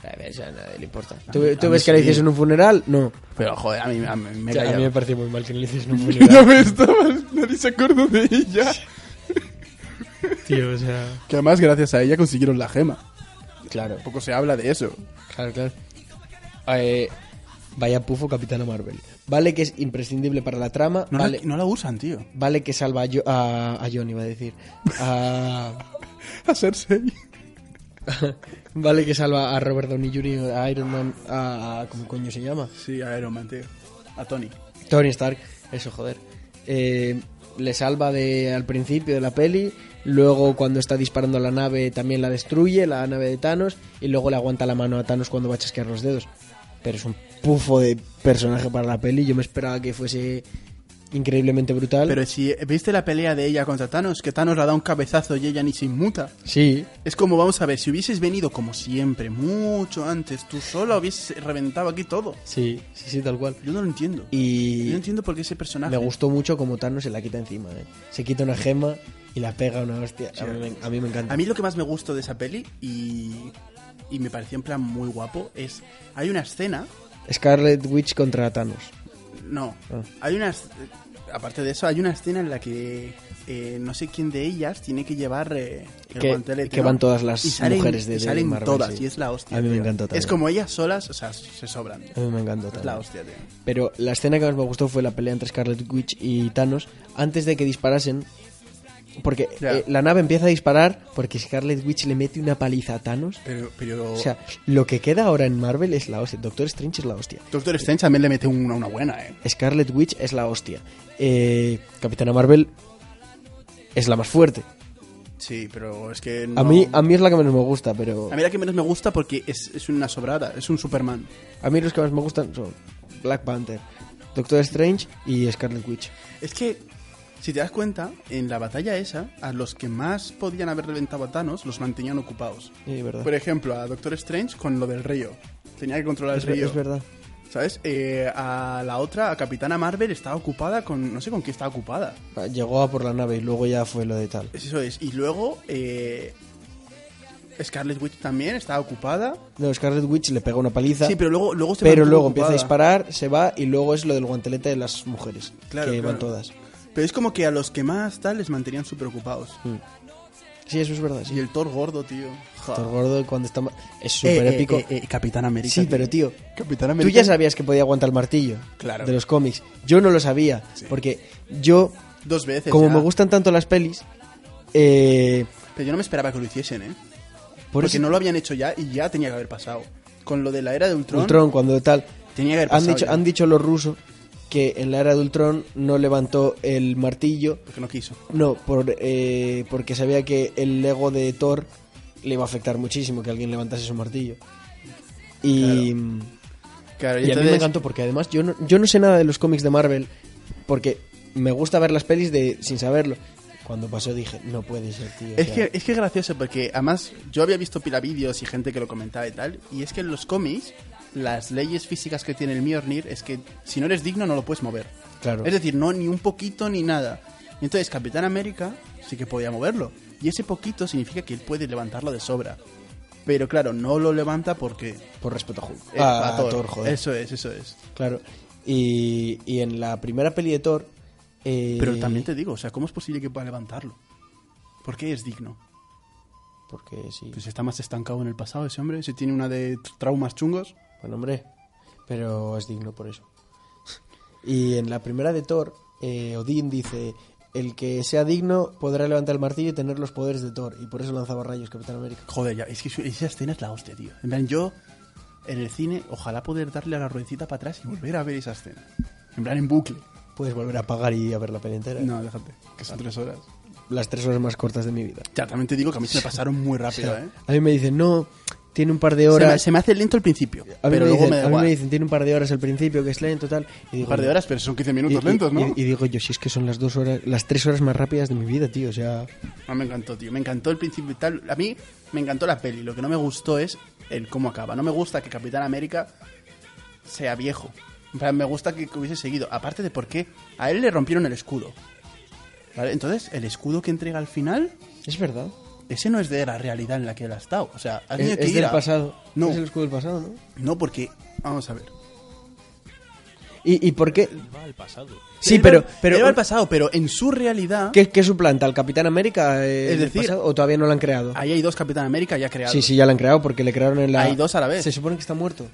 S3: A ver, eso a nadie le importa.
S4: A
S3: ¿Tú,
S4: mí-
S3: tú
S4: a mí
S3: ves que le
S4: sí.
S3: dices en un funeral? No.
S4: Pero joder, a mí, a mí me
S3: O sea,
S4: caía.
S3: a mí me pareció muy mal que le dices en un
S4: Ya
S3: funeral.
S4: ves, Tomás, nadie se acordó de ella.
S3: tío, o sea...
S4: Que además, gracias a ella consiguieron la gema.
S3: Claro,
S4: Poco se habla de eso.
S3: claro, claro. Eh, vaya pufo Capitana Marvel. Vale que es imprescindible para la trama.
S4: No,
S3: vale,
S4: la, no la usan, tío.
S3: vale que salva a, Jo- a, a John, iba a decir. A-
S4: A Cersei.
S3: vale que salva a Robert Downey Jr., a Iron Man, a... a- ¿Cómo coño se llama?
S4: Sí, a Iron Man, tío. A Tony.
S3: Tony Stark, eso joder. Eh, le salva de al principio de la peli, luego cuando está disparando a la nave también la destruye, la nave de Thanos, y luego le aguanta la mano a Thanos cuando va a chasquear los dedos. Pero es un pufo de personaje para la peli, yo me esperaba que fuese increíblemente brutal.
S4: Pero si eh, viste la pelea de ella contra Thanos, que Thanos la da un cabezazo y ella ni se inmuta.
S3: Sí,
S4: Es como, vamos a ver, si hubieses venido como siempre, mucho antes, tú sola hubieses reventado aquí todo.
S3: sí, sí, sí, tal cual.
S4: Yo no lo entiendo. Yo no
S3: Y
S4: entiendo por qué ese personaje.
S3: me gustó mucho como Thanos se la quita encima. ¿eh? Se quita una gema y la pega una hostia. A mí, me- a mí me encanta.
S4: A mí lo que más me gustó de esa peli y, y me pareció en plan muy guapo es. Hay una escena.
S3: Scarlet Witch contra Thanos.
S4: No.
S3: Ah.
S4: Hay una. es- Aparte de eso, hay una escena en la que eh, no sé quién de ellas tiene que llevar eh, el
S3: Que-
S4: guantelete.
S3: que
S4: ¿no?
S3: van todas las
S4: Y salen-
S3: mujeres de-
S4: y
S3: de
S4: salen
S3: Marvel,
S4: todas,
S3: sí.
S4: y es la hostia.
S3: A mí me
S4: tío.
S3: encantó
S4: Es
S3: también.
S4: como ellas solas, o sea, se sobran.
S3: A
S4: Es
S3: mí me encantó Thanos.
S4: la hostia, tío.
S3: Pero la escena que más me gustó fue la pelea entre Scarlet Witch y Thanos antes de que disparasen. Porque
S4: Ya.
S3: eh, la nave empieza a disparar porque Scarlet Witch le mete una paliza a Thanos.
S4: Pero. pero...
S3: O sea, lo que queda ahora en Marvel es la hostia. Doctor Strange es la hostia.
S4: Doctor Strange también le mete una, una buena, eh.
S3: Scarlet Witch es la hostia. Eh, Capitana Marvel es la más fuerte.
S4: Sí, pero es que.
S3: A,
S4: no-
S3: mí, a mí es la que menos me gusta, pero...
S4: A mí la que menos me gusta porque es, es una sobrada, es un Superman.
S3: A mí los que más me gustan son Black Panther, Doctor Strange y Scarlet Witch.
S4: Es que, si te das cuenta, en la batalla esa, a los que más podían haber reventado a Thanos los mantenían ocupados.
S3: Sí, Eh, verdad.
S4: Por ejemplo, a Doctor Strange con lo del río. Tenía que controlar
S3: Es
S4: el
S3: ver-
S4: río.
S3: es verdad.
S4: ¿Sabes? Eh, a la otra, a Capitana Marvel, estaba ocupada con. No sé con qué estaba ocupada.
S3: Llegó a por la nave y luego ya fue lo de tal.
S4: Eso es. Y luego, eh, Scarlet Witch también estaba ocupada.
S3: No, Scarlet Witch le pega una paliza.
S4: Sí, pero luego, luego se
S3: pero
S4: mantuvo
S3: luego empieza a
S4: ocupada.
S3: disparar, se va y luego es lo del guantelete de las mujeres.
S4: Claro,
S3: que
S4: claro.
S3: van todas.
S4: Pero es como que a los que más tal les mantenían súper ocupados.
S3: Sí, eso es verdad. Sí.
S4: Y el Thor gordo, tío. Ja.
S3: Mm. Thor gordo cuando está. ma- Es súper
S4: Eh, eh,
S3: épico.
S4: eh, eh, Capitán América.
S3: sí, pero tío.
S4: Capitán
S3: Tú
S4: América.
S3: ya sabías que podía aguantar el martillo
S4: Claro.
S3: de los cómics. Yo no lo sabía. Porque yo,
S4: Dos veces.
S3: como
S4: ya.
S3: me gustan tanto las pelis, eh,
S4: Pero yo no me esperaba que lo hiciesen, ¿eh?
S3: por
S4: Porque
S3: eso
S4: no lo habían hecho ya y ya tenía que haber pasado. Con lo de la era de Ultron.
S3: Ultron, cuando tal.
S4: Tenía que haber
S3: Han
S4: pasado
S3: dicho,
S4: ya,
S3: han dicho los rusos que en la era de Ultron no levantó el martillo.
S4: Porque no quiso.
S3: No, por, eh, porque sabía que el Lego de Thor le iba a afectar muchísimo que alguien levantase su martillo. Y,
S4: Claro,
S3: y a mí me encantó porque además yo no, yo no sé nada de los cómics de Marvel porque me gusta ver las pelis de sin saberlo. Cuando pasó dije, no puede ser, tío.
S4: Es
S3: o
S4: que,
S3: sea,
S4: es que es gracioso porque además yo había visto pila vídeos y gente que lo comentaba y tal, y es que en los cómics las leyes físicas que tiene el Mjolnir es que si no eres digno no lo puedes mover.
S3: Claro.
S4: Es decir, no ni un poquito ni nada. Y entonces Capitán América sí que podía moverlo, y ese poquito significa que él puede levantarlo de sobra. Pero claro, no lo levanta porque
S3: Por respeto a Hulk.
S4: es
S3: a,
S4: a
S3: Ah, Thor, joder.
S4: Eso es, eso es.
S3: Claro. Y, y en la primera peli de Thor. eh,
S4: Pero también te digo, o sea, ¿cómo es posible que pueda levantarlo? ¿Por qué es digno?
S3: Porque sí.
S4: Pues está más estancado en el pasado ese hombre, si tiene una de tr- traumas chungos.
S3: Bueno, hombre, pero es digno por eso. Y en la primera de Thor, eh, Odín dice, el que sea digno podrá levantar el martillo y tener los poderes de Thor. Y por eso lanzaba rayos Capitán América.
S4: Joder, ya, es que su- esa escena es la hostia, tío. En plan, yo en el cine, ojalá poder darle a la ruedecita para atrás y volver a ver esa escena. En plan, en bucle.
S3: Puedes volver a pagar y a ver la peli entera. ¿eh?
S4: No, déjate, que son tres horas.
S3: Las tres horas más cortas de mi vida.
S4: Ya, también te digo que a mí se me pasaron muy rápido, ¿eh?
S3: A mí me dicen, no, tiene un par de
S4: Se me,
S3: horas...
S4: se me hace lento al principio,
S3: a mí,
S4: pero
S3: me
S4: luego
S3: dicen,
S4: me da
S3: a mí
S4: igual.
S3: me dicen, tiene un par de horas al principio, que es lento, tal. Y digo,
S4: Un par de
S3: "No".
S4: horas, pero son 15 minutos
S3: Y-
S4: lentos,
S3: y-
S4: ¿no?
S3: Y, y digo yo, si es que son las dos horas, las tres horas más rápidas de mi vida, tío. O sea,
S4: No, Ah, me encantó, tío. Me encantó el principio y tal. A mí me encantó la peli. Lo que no me gustó es el cómo acaba. No me gusta que Capitán América sea viejo. En plan, me gusta que hubiese seguido. Aparte de por qué a él le rompieron el escudo. ¿Vale? Entonces, el escudo que entrega al final,
S3: es verdad.
S4: ese no es de la realidad en la que él ha estado. O sea, ha
S3: Es,
S4: tenido que
S3: es
S4: ir
S3: del
S4: a-
S3: pasado.
S4: No,
S3: Es el escudo del pasado, ¿no?
S4: no, porque... Vamos a ver.
S3: ¿Y, y por qué?
S5: Va al pasado.
S3: Sí,
S4: Él
S3: pero,
S4: va-
S3: pero
S4: él va al pasado, pero en su realidad...
S3: ¿qué, qué suplanta? ¿Al Capitán América? eh,
S4: Es
S3: del
S4: decir-
S3: pasado? ¿O todavía no lo han creado?
S4: Ahí hay dos Capitán América ya creados.
S3: Sí, sí, ya lo han creado porque le crearon en la.
S4: Hay dos a la vez.
S3: Se supone que está muerto.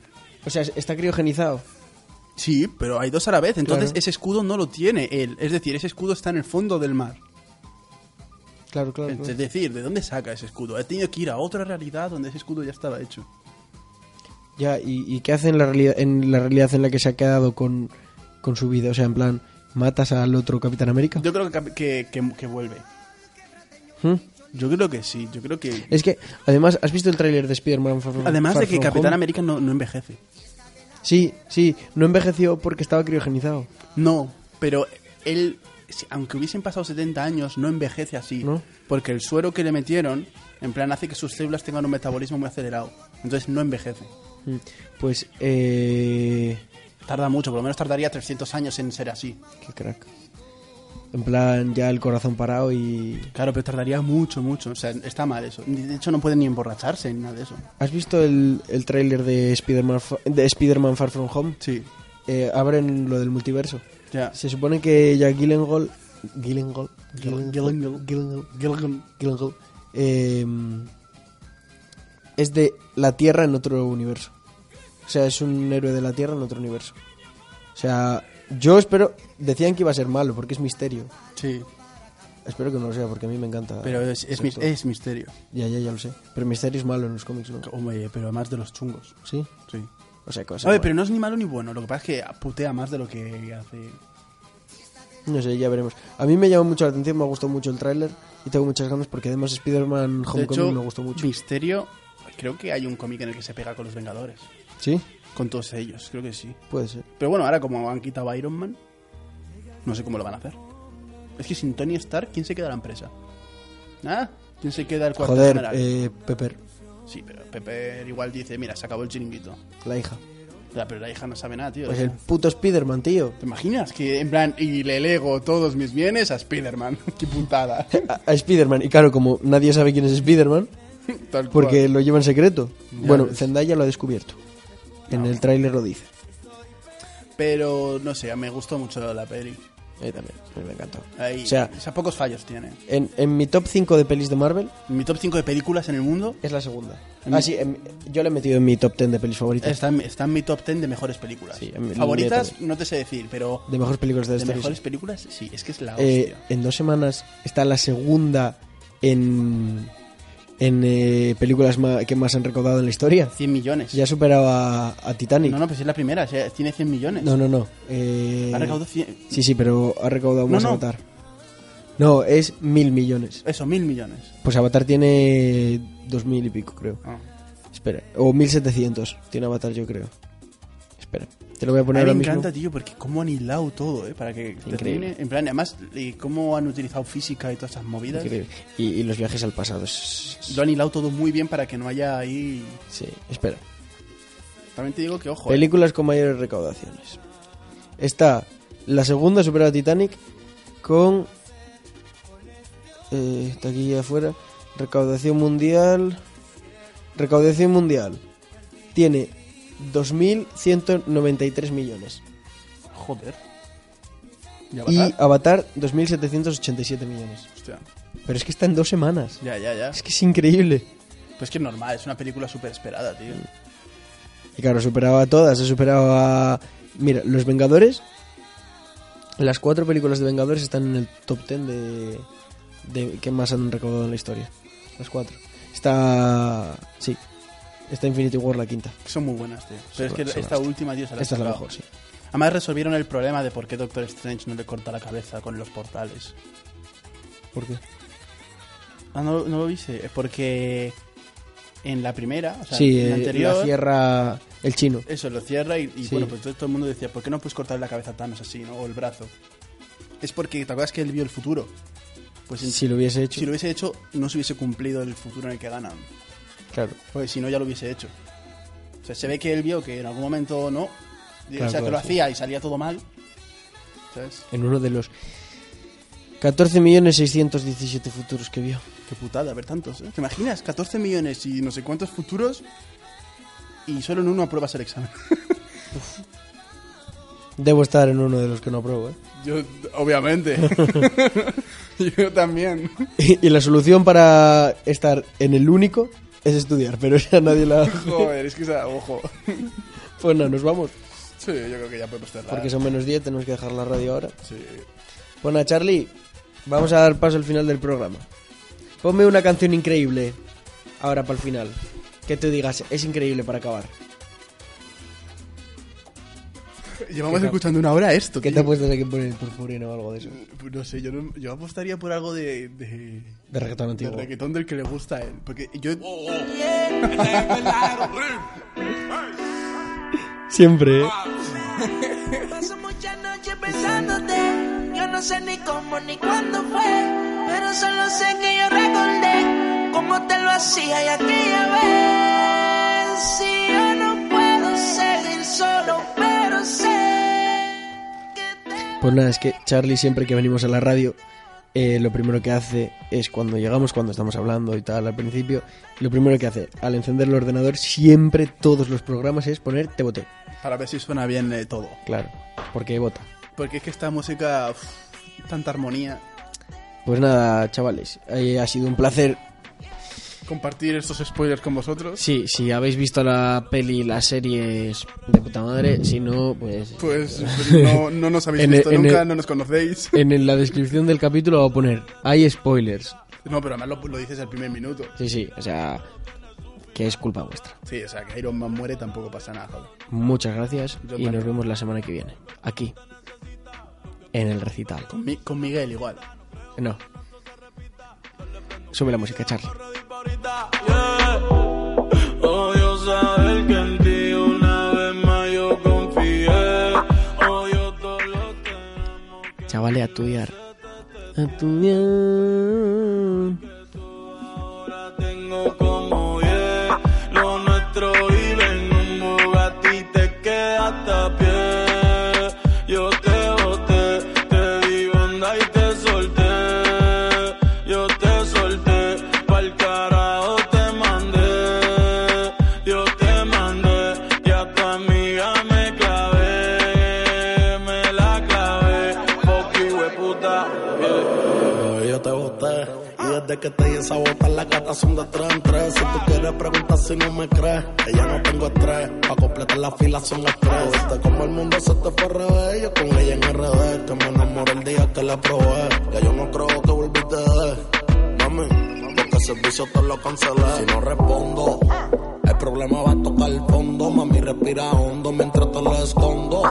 S3: O sea, está criogenizado.
S4: Sí, pero hay dos a la vez. Entonces,
S3: Claro.
S4: ese escudo no lo tiene él. Es decir, ese escudo está en el fondo del mar.
S3: Claro, claro. claro.
S4: Es decir, ¿de dónde saca ese escudo? He tenido que ir a otra realidad donde ese escudo ya estaba hecho.
S3: Ya, ¿y, y qué hace en la, realidad, en la realidad en la que se ha quedado con, con su vida? O sea, en plan, ¿matas al otro Capitán América?
S4: Yo creo que, cap- que, que- que vuelve.
S3: ¿Mm?
S4: Yo creo que sí, yo creo que...
S3: Es que, además, ¿has visto el tráiler de Spider-Man? Far From-
S4: Además
S3: Far
S4: de que
S3: From
S4: Capitán
S3: Home?
S4: América no, no envejece.
S3: Sí, sí, no envejeció porque estaba criogenizado.
S4: No, pero él, si- aunque hubiesen pasado 70 años, no envejece así.
S3: ¿No?
S4: Porque el suero que le metieron, en plan, hace que sus células tengan un metabolismo muy acelerado. Entonces no envejece.
S3: Mm, Pues, eh.
S4: Tarda mucho, por lo menos tardaría 300 años en ser así.
S3: Qué crack. En plan, ya el corazón parado y...
S4: Claro, pero tardaría mucho, mucho. O sea, está mal eso. De hecho, no puede ni emborracharse ni nada de eso.
S3: ¿Has visto el, el tráiler de Spider-Man fa- de Spider-Man Far From Home?
S4: Sí.
S3: Eh, abren lo del multiverso.
S4: Ya.
S3: Se supone que ya Gyllenhaal... Gyllenhaal...
S4: Gyllen-
S3: Gyllenhaal... Gyllenhaal... Gyllenhaal, eh, es de la Tierra en otro universo. O sea, es un héroe de la Tierra en otro universo. O sea, yo espero... Decían que iba a ser malo porque es misterio.
S4: Sí.
S3: Espero que no lo sea porque a mí me encanta.
S4: Pero es, es,
S3: ese
S4: mis-
S3: actor.
S4: es misterio.
S3: Ya, ya, ya lo sé. Pero Misterio es malo en los cómics, ¿no?
S4: Hombre, pero más de los chungos.
S3: Sí.
S4: Sí.
S3: O sea, cosa.
S4: Oye, pero no es ni malo ni bueno. Lo que pasa es que putea más de lo que hace.
S3: No sé, ya veremos. A mí me llamó mucho la atención, me gustó mucho el tráiler y tengo muchas ganas porque además Spider-Man
S4: De
S3: Homecoming
S4: hecho,
S3: me gustó mucho.
S4: Misterio, creo que hay un cómic en el que se pega con los Vengadores.
S3: ¿Sí?
S4: Con todos ellos, creo que sí.
S3: Puede ser.
S4: Pero bueno, ahora como han quitado a Iron Man, no sé cómo lo van a hacer. Es que sin Tony Stark, ¿quién se queda la empresa? ¿Ah? ¿Quién se queda el cuarto
S3: Joder, eh, Pepper,
S4: Sí, pero Pepper igual dice, mira, se acabó el chiringuito.
S3: la hija.
S4: Ya, pero la hija no sabe nada, tío.
S3: Pues
S4: O
S3: el
S4: sea,
S3: puto Spider-Man, tío.
S4: ¿Te imaginas? Que en plan, y le lego todos mis bienes a Spider-Man. Qué puntada.
S3: A, a Spider-Man. Y claro, como nadie sabe quién es Spider-Man,
S4: Tal cual.
S3: porque lo lleva en secreto.
S4: Ya
S3: bueno,
S4: ves. Ah,
S3: Zendaya lo ha descubierto. En el tráiler lo dice.
S4: Pero no sé, me gustó mucho la peli.
S3: Ahí también, pues me encantó.
S4: Ahí,
S3: O sea,
S4: o sea, pocos fallos tiene.
S3: en, en mi top 5 de pelis de Marvel,
S4: Mi top 5 de películas en el mundo
S3: Es la segunda. Ah, sí, em, yo la he metido en mi top 10 de pelis favoritas.
S4: está en, está en mi top 10 de mejores películas.
S3: Sí, en mi- mía
S4: Favoritas,
S3: también.
S4: no te sé decir, pero
S3: De mejores películas de
S4: de
S3: esta
S4: mejores películas, sí, es que es la
S3: eh,
S4: hostia.
S3: En dos semanas está la segunda en, en eh, películas ma- que más han recaudado en la historia.
S4: 100 millones.
S3: Ya superaba a Titanic.
S4: No, no, pues es la primera, o sea, tiene 100 millones.
S3: No, no, no. Eh,
S4: Ha recaudado 100.
S3: Sí, sí, pero ha recaudado
S4: No,
S3: más
S4: no.
S3: Avatar. No, es mil millones.
S4: Eso, mil millones.
S3: Pues Avatar tiene dos mil y pico, creo.
S4: Ah.
S3: Espera. O mil setecientos tiene Avatar, yo creo. Espera. Te lo voy a poner
S4: a mí
S3: ahora
S4: me
S3: mismo.
S4: encanta, tío, porque cómo han hilado todo, ¿eh? Para que te
S3: Increíble.
S4: termine- En plan, además, y cómo han utilizado física y todas esas movidas.
S3: Increíble. Y, y los viajes al pasado. es- es-
S4: Lo han hilado todo muy bien para que no haya ahí...
S3: Sí, espera.
S4: También te digo que, ojo, ¿eh?
S3: Películas con mayores recaudaciones. Está la segunda, supera a Titanic, con... Eh, está aquí afuera. Recaudación mundial. Recaudación mundial. Tiene 2.193 millones.
S4: joder. ¿Y
S3: Y
S4: Avatar?
S3: Avatar, 2.787 millones.
S4: Hostia.
S3: Pero es que está en dos semanas.
S4: Ya, ya, ya.
S3: Es que Mm. es increíble.
S4: Pues que es normal, es una película súper esperada, tío.
S3: Y claro, superaba a todas, ha superado a... Mira, Los Vengadores, las cuatro películas de Vengadores están en el top 10 de, de que más han recaudado en la historia. Las cuatro. Está... Sí. Está Infinity War la quinta.
S4: Son muy buenas, tío. Pero es que
S3: buenas, son
S4: esta
S3: buenas.
S4: última, tío, se la
S3: Esta es la
S4: han
S3: mejor, sí.
S4: sacado. Además resolvieron el problema de por qué Doctor Strange no le corta la cabeza con los portales.
S3: ¿Por qué?
S4: Ah, no, no lo viste. Es porque en la primera, o sea,
S3: sí,
S4: en
S3: eh,
S4: la anterior,
S3: la cierra el chino.
S4: eso lo cierra y, y
S3: Sí.
S4: bueno, pues todo, todo el mundo decía, ¿por qué no puedes cortar la cabeza a Thanos así, no? O el brazo. Es porque, ¿te acuerdas que él vio el futuro? Pues en-
S3: Si lo hubiese hecho.
S4: si lo hubiese hecho, no se hubiese cumplido el futuro en el que ganan.
S3: Claro.
S4: Pues si no, ya lo hubiese hecho. O sea, se ve que él vio que en algún momento no. Y,
S3: Claro,
S4: o sea, que
S3: claro,
S4: lo
S3: sí.
S4: hacía y salía todo mal. ¿Sabes?
S3: En uno de los 14.617 futuros que vio.
S4: Qué putada, ver tantos. ¿eh? ¿Te imaginas? 14 millones y no sé cuántos futuros. Y solo en uno apruebas el examen.
S3: Debo estar en uno de los que no apruebo, ¿eh?
S4: Yo, obviamente. Yo también.
S3: Y, y la solución para estar en el único es estudiar, pero ya nadie la...
S4: Joder, es que, esa- ojo.
S3: Pues no, nos vamos,
S4: Sí, yo creo que ya podemos cerrar.
S3: porque son menos 10, tenemos que dejar la radio ahora.
S4: Sí.
S3: Bueno, Charlie, vamos a dar paso al final del programa. Ponme una canción increíble ahora para el final. Que tú digas, es increíble para acabar.
S4: Llevamos escuchando una hora esto,
S3: ¿Qué te
S4: tío.
S3: apuestas a que poner purpurino o algo de eso?
S4: No sé, yo, no- yo apostaría por algo de... de...
S3: De reggaetón
S4: de
S3: antiguo.
S4: reggaetón del que le gusta a él. Porque yo...
S3: Siempre, ¿eh?
S7: Paso muchas noches pensándote. Yo no sé ni cómo ni cuándo fue. Pero solo sé que yo recordé cómo te lo hacía y aquella vez. Si yo no puedo seguir solo, pero sé que te.
S3: Pues nada, es que Charlie siempre que venimos a la radio, eh, lo primero que hace es cuando llegamos, cuando estamos hablando y tal al principio, lo primero que hace al encender el ordenador, siempre todos los programas es poner te voté.
S4: Para ver si suena bien eh, todo.
S3: Claro, porque vota.
S4: Porque es que esta música... uf, tanta armonía.
S3: Pues nada, chavales, eh, ha sido un placer.
S4: Compartir estos spoilers con vosotros.
S3: Sí, si habéis visto la peli, las series de puta madre, si no, pues...
S4: Pues no, no nos habéis
S3: En el-
S4: visto
S3: en
S4: nunca,
S3: el-
S4: no nos conocéis.
S3: En el- la descripción del capítulo va a poner, hay spoilers.
S4: No, pero además lo, lo dices al primer minuto.
S3: Sí, sí, o sea, que es culpa vuestra.
S4: Sí, o sea, que Iron Man muere tampoco pasa nada, joder.
S3: Muchas gracias
S4: Yo
S3: y
S4: también.
S3: nos vemos la semana que viene. Aquí. En el recital.
S4: Con, Mi- con Miguel igual.
S3: No. Sube la música, Charlie.
S2: Odio saber que en ti una vez más yo confié. Odio todo lo que amo.
S3: Chavales, a estudiar. A estudiar.
S2: Ahora tengo como 10 Lo nuestro vive en un Bugatti Te queda hasta pie Yo te boté Te di onda y te solté Yo te solté Pa'l carajo te mandé Yo te mandé Y a tu amiga me clavé Me la clavé Fuck you, puta
S8: Bebé, yo te boté. Y desde que te hice botar las gatas son de tres en tres. Si tú quieres preguntar si no me crees, que ya no tengo estrés. Pa' completar la fila son estrés. Viste como el mundo se te fue al revés. Yo con ella en RD, que me enamoré el día que la probé. Que yo no creo que volviste de. Mami, porque servicio te lo cancelé. Si no respondo, el problema va a tocar el fondo. Mami, respira hondo mientras te lo escondo.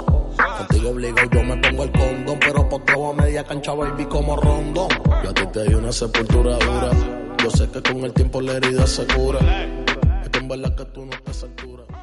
S8: Contigo obligado yo me pongo el condón, pero poteo a media cancha, baby, como rondo. Yo a ti te di una sepultura dura. Yo sé que con el tiempo la herida se cura. Es que en verdad que tú no te saturas.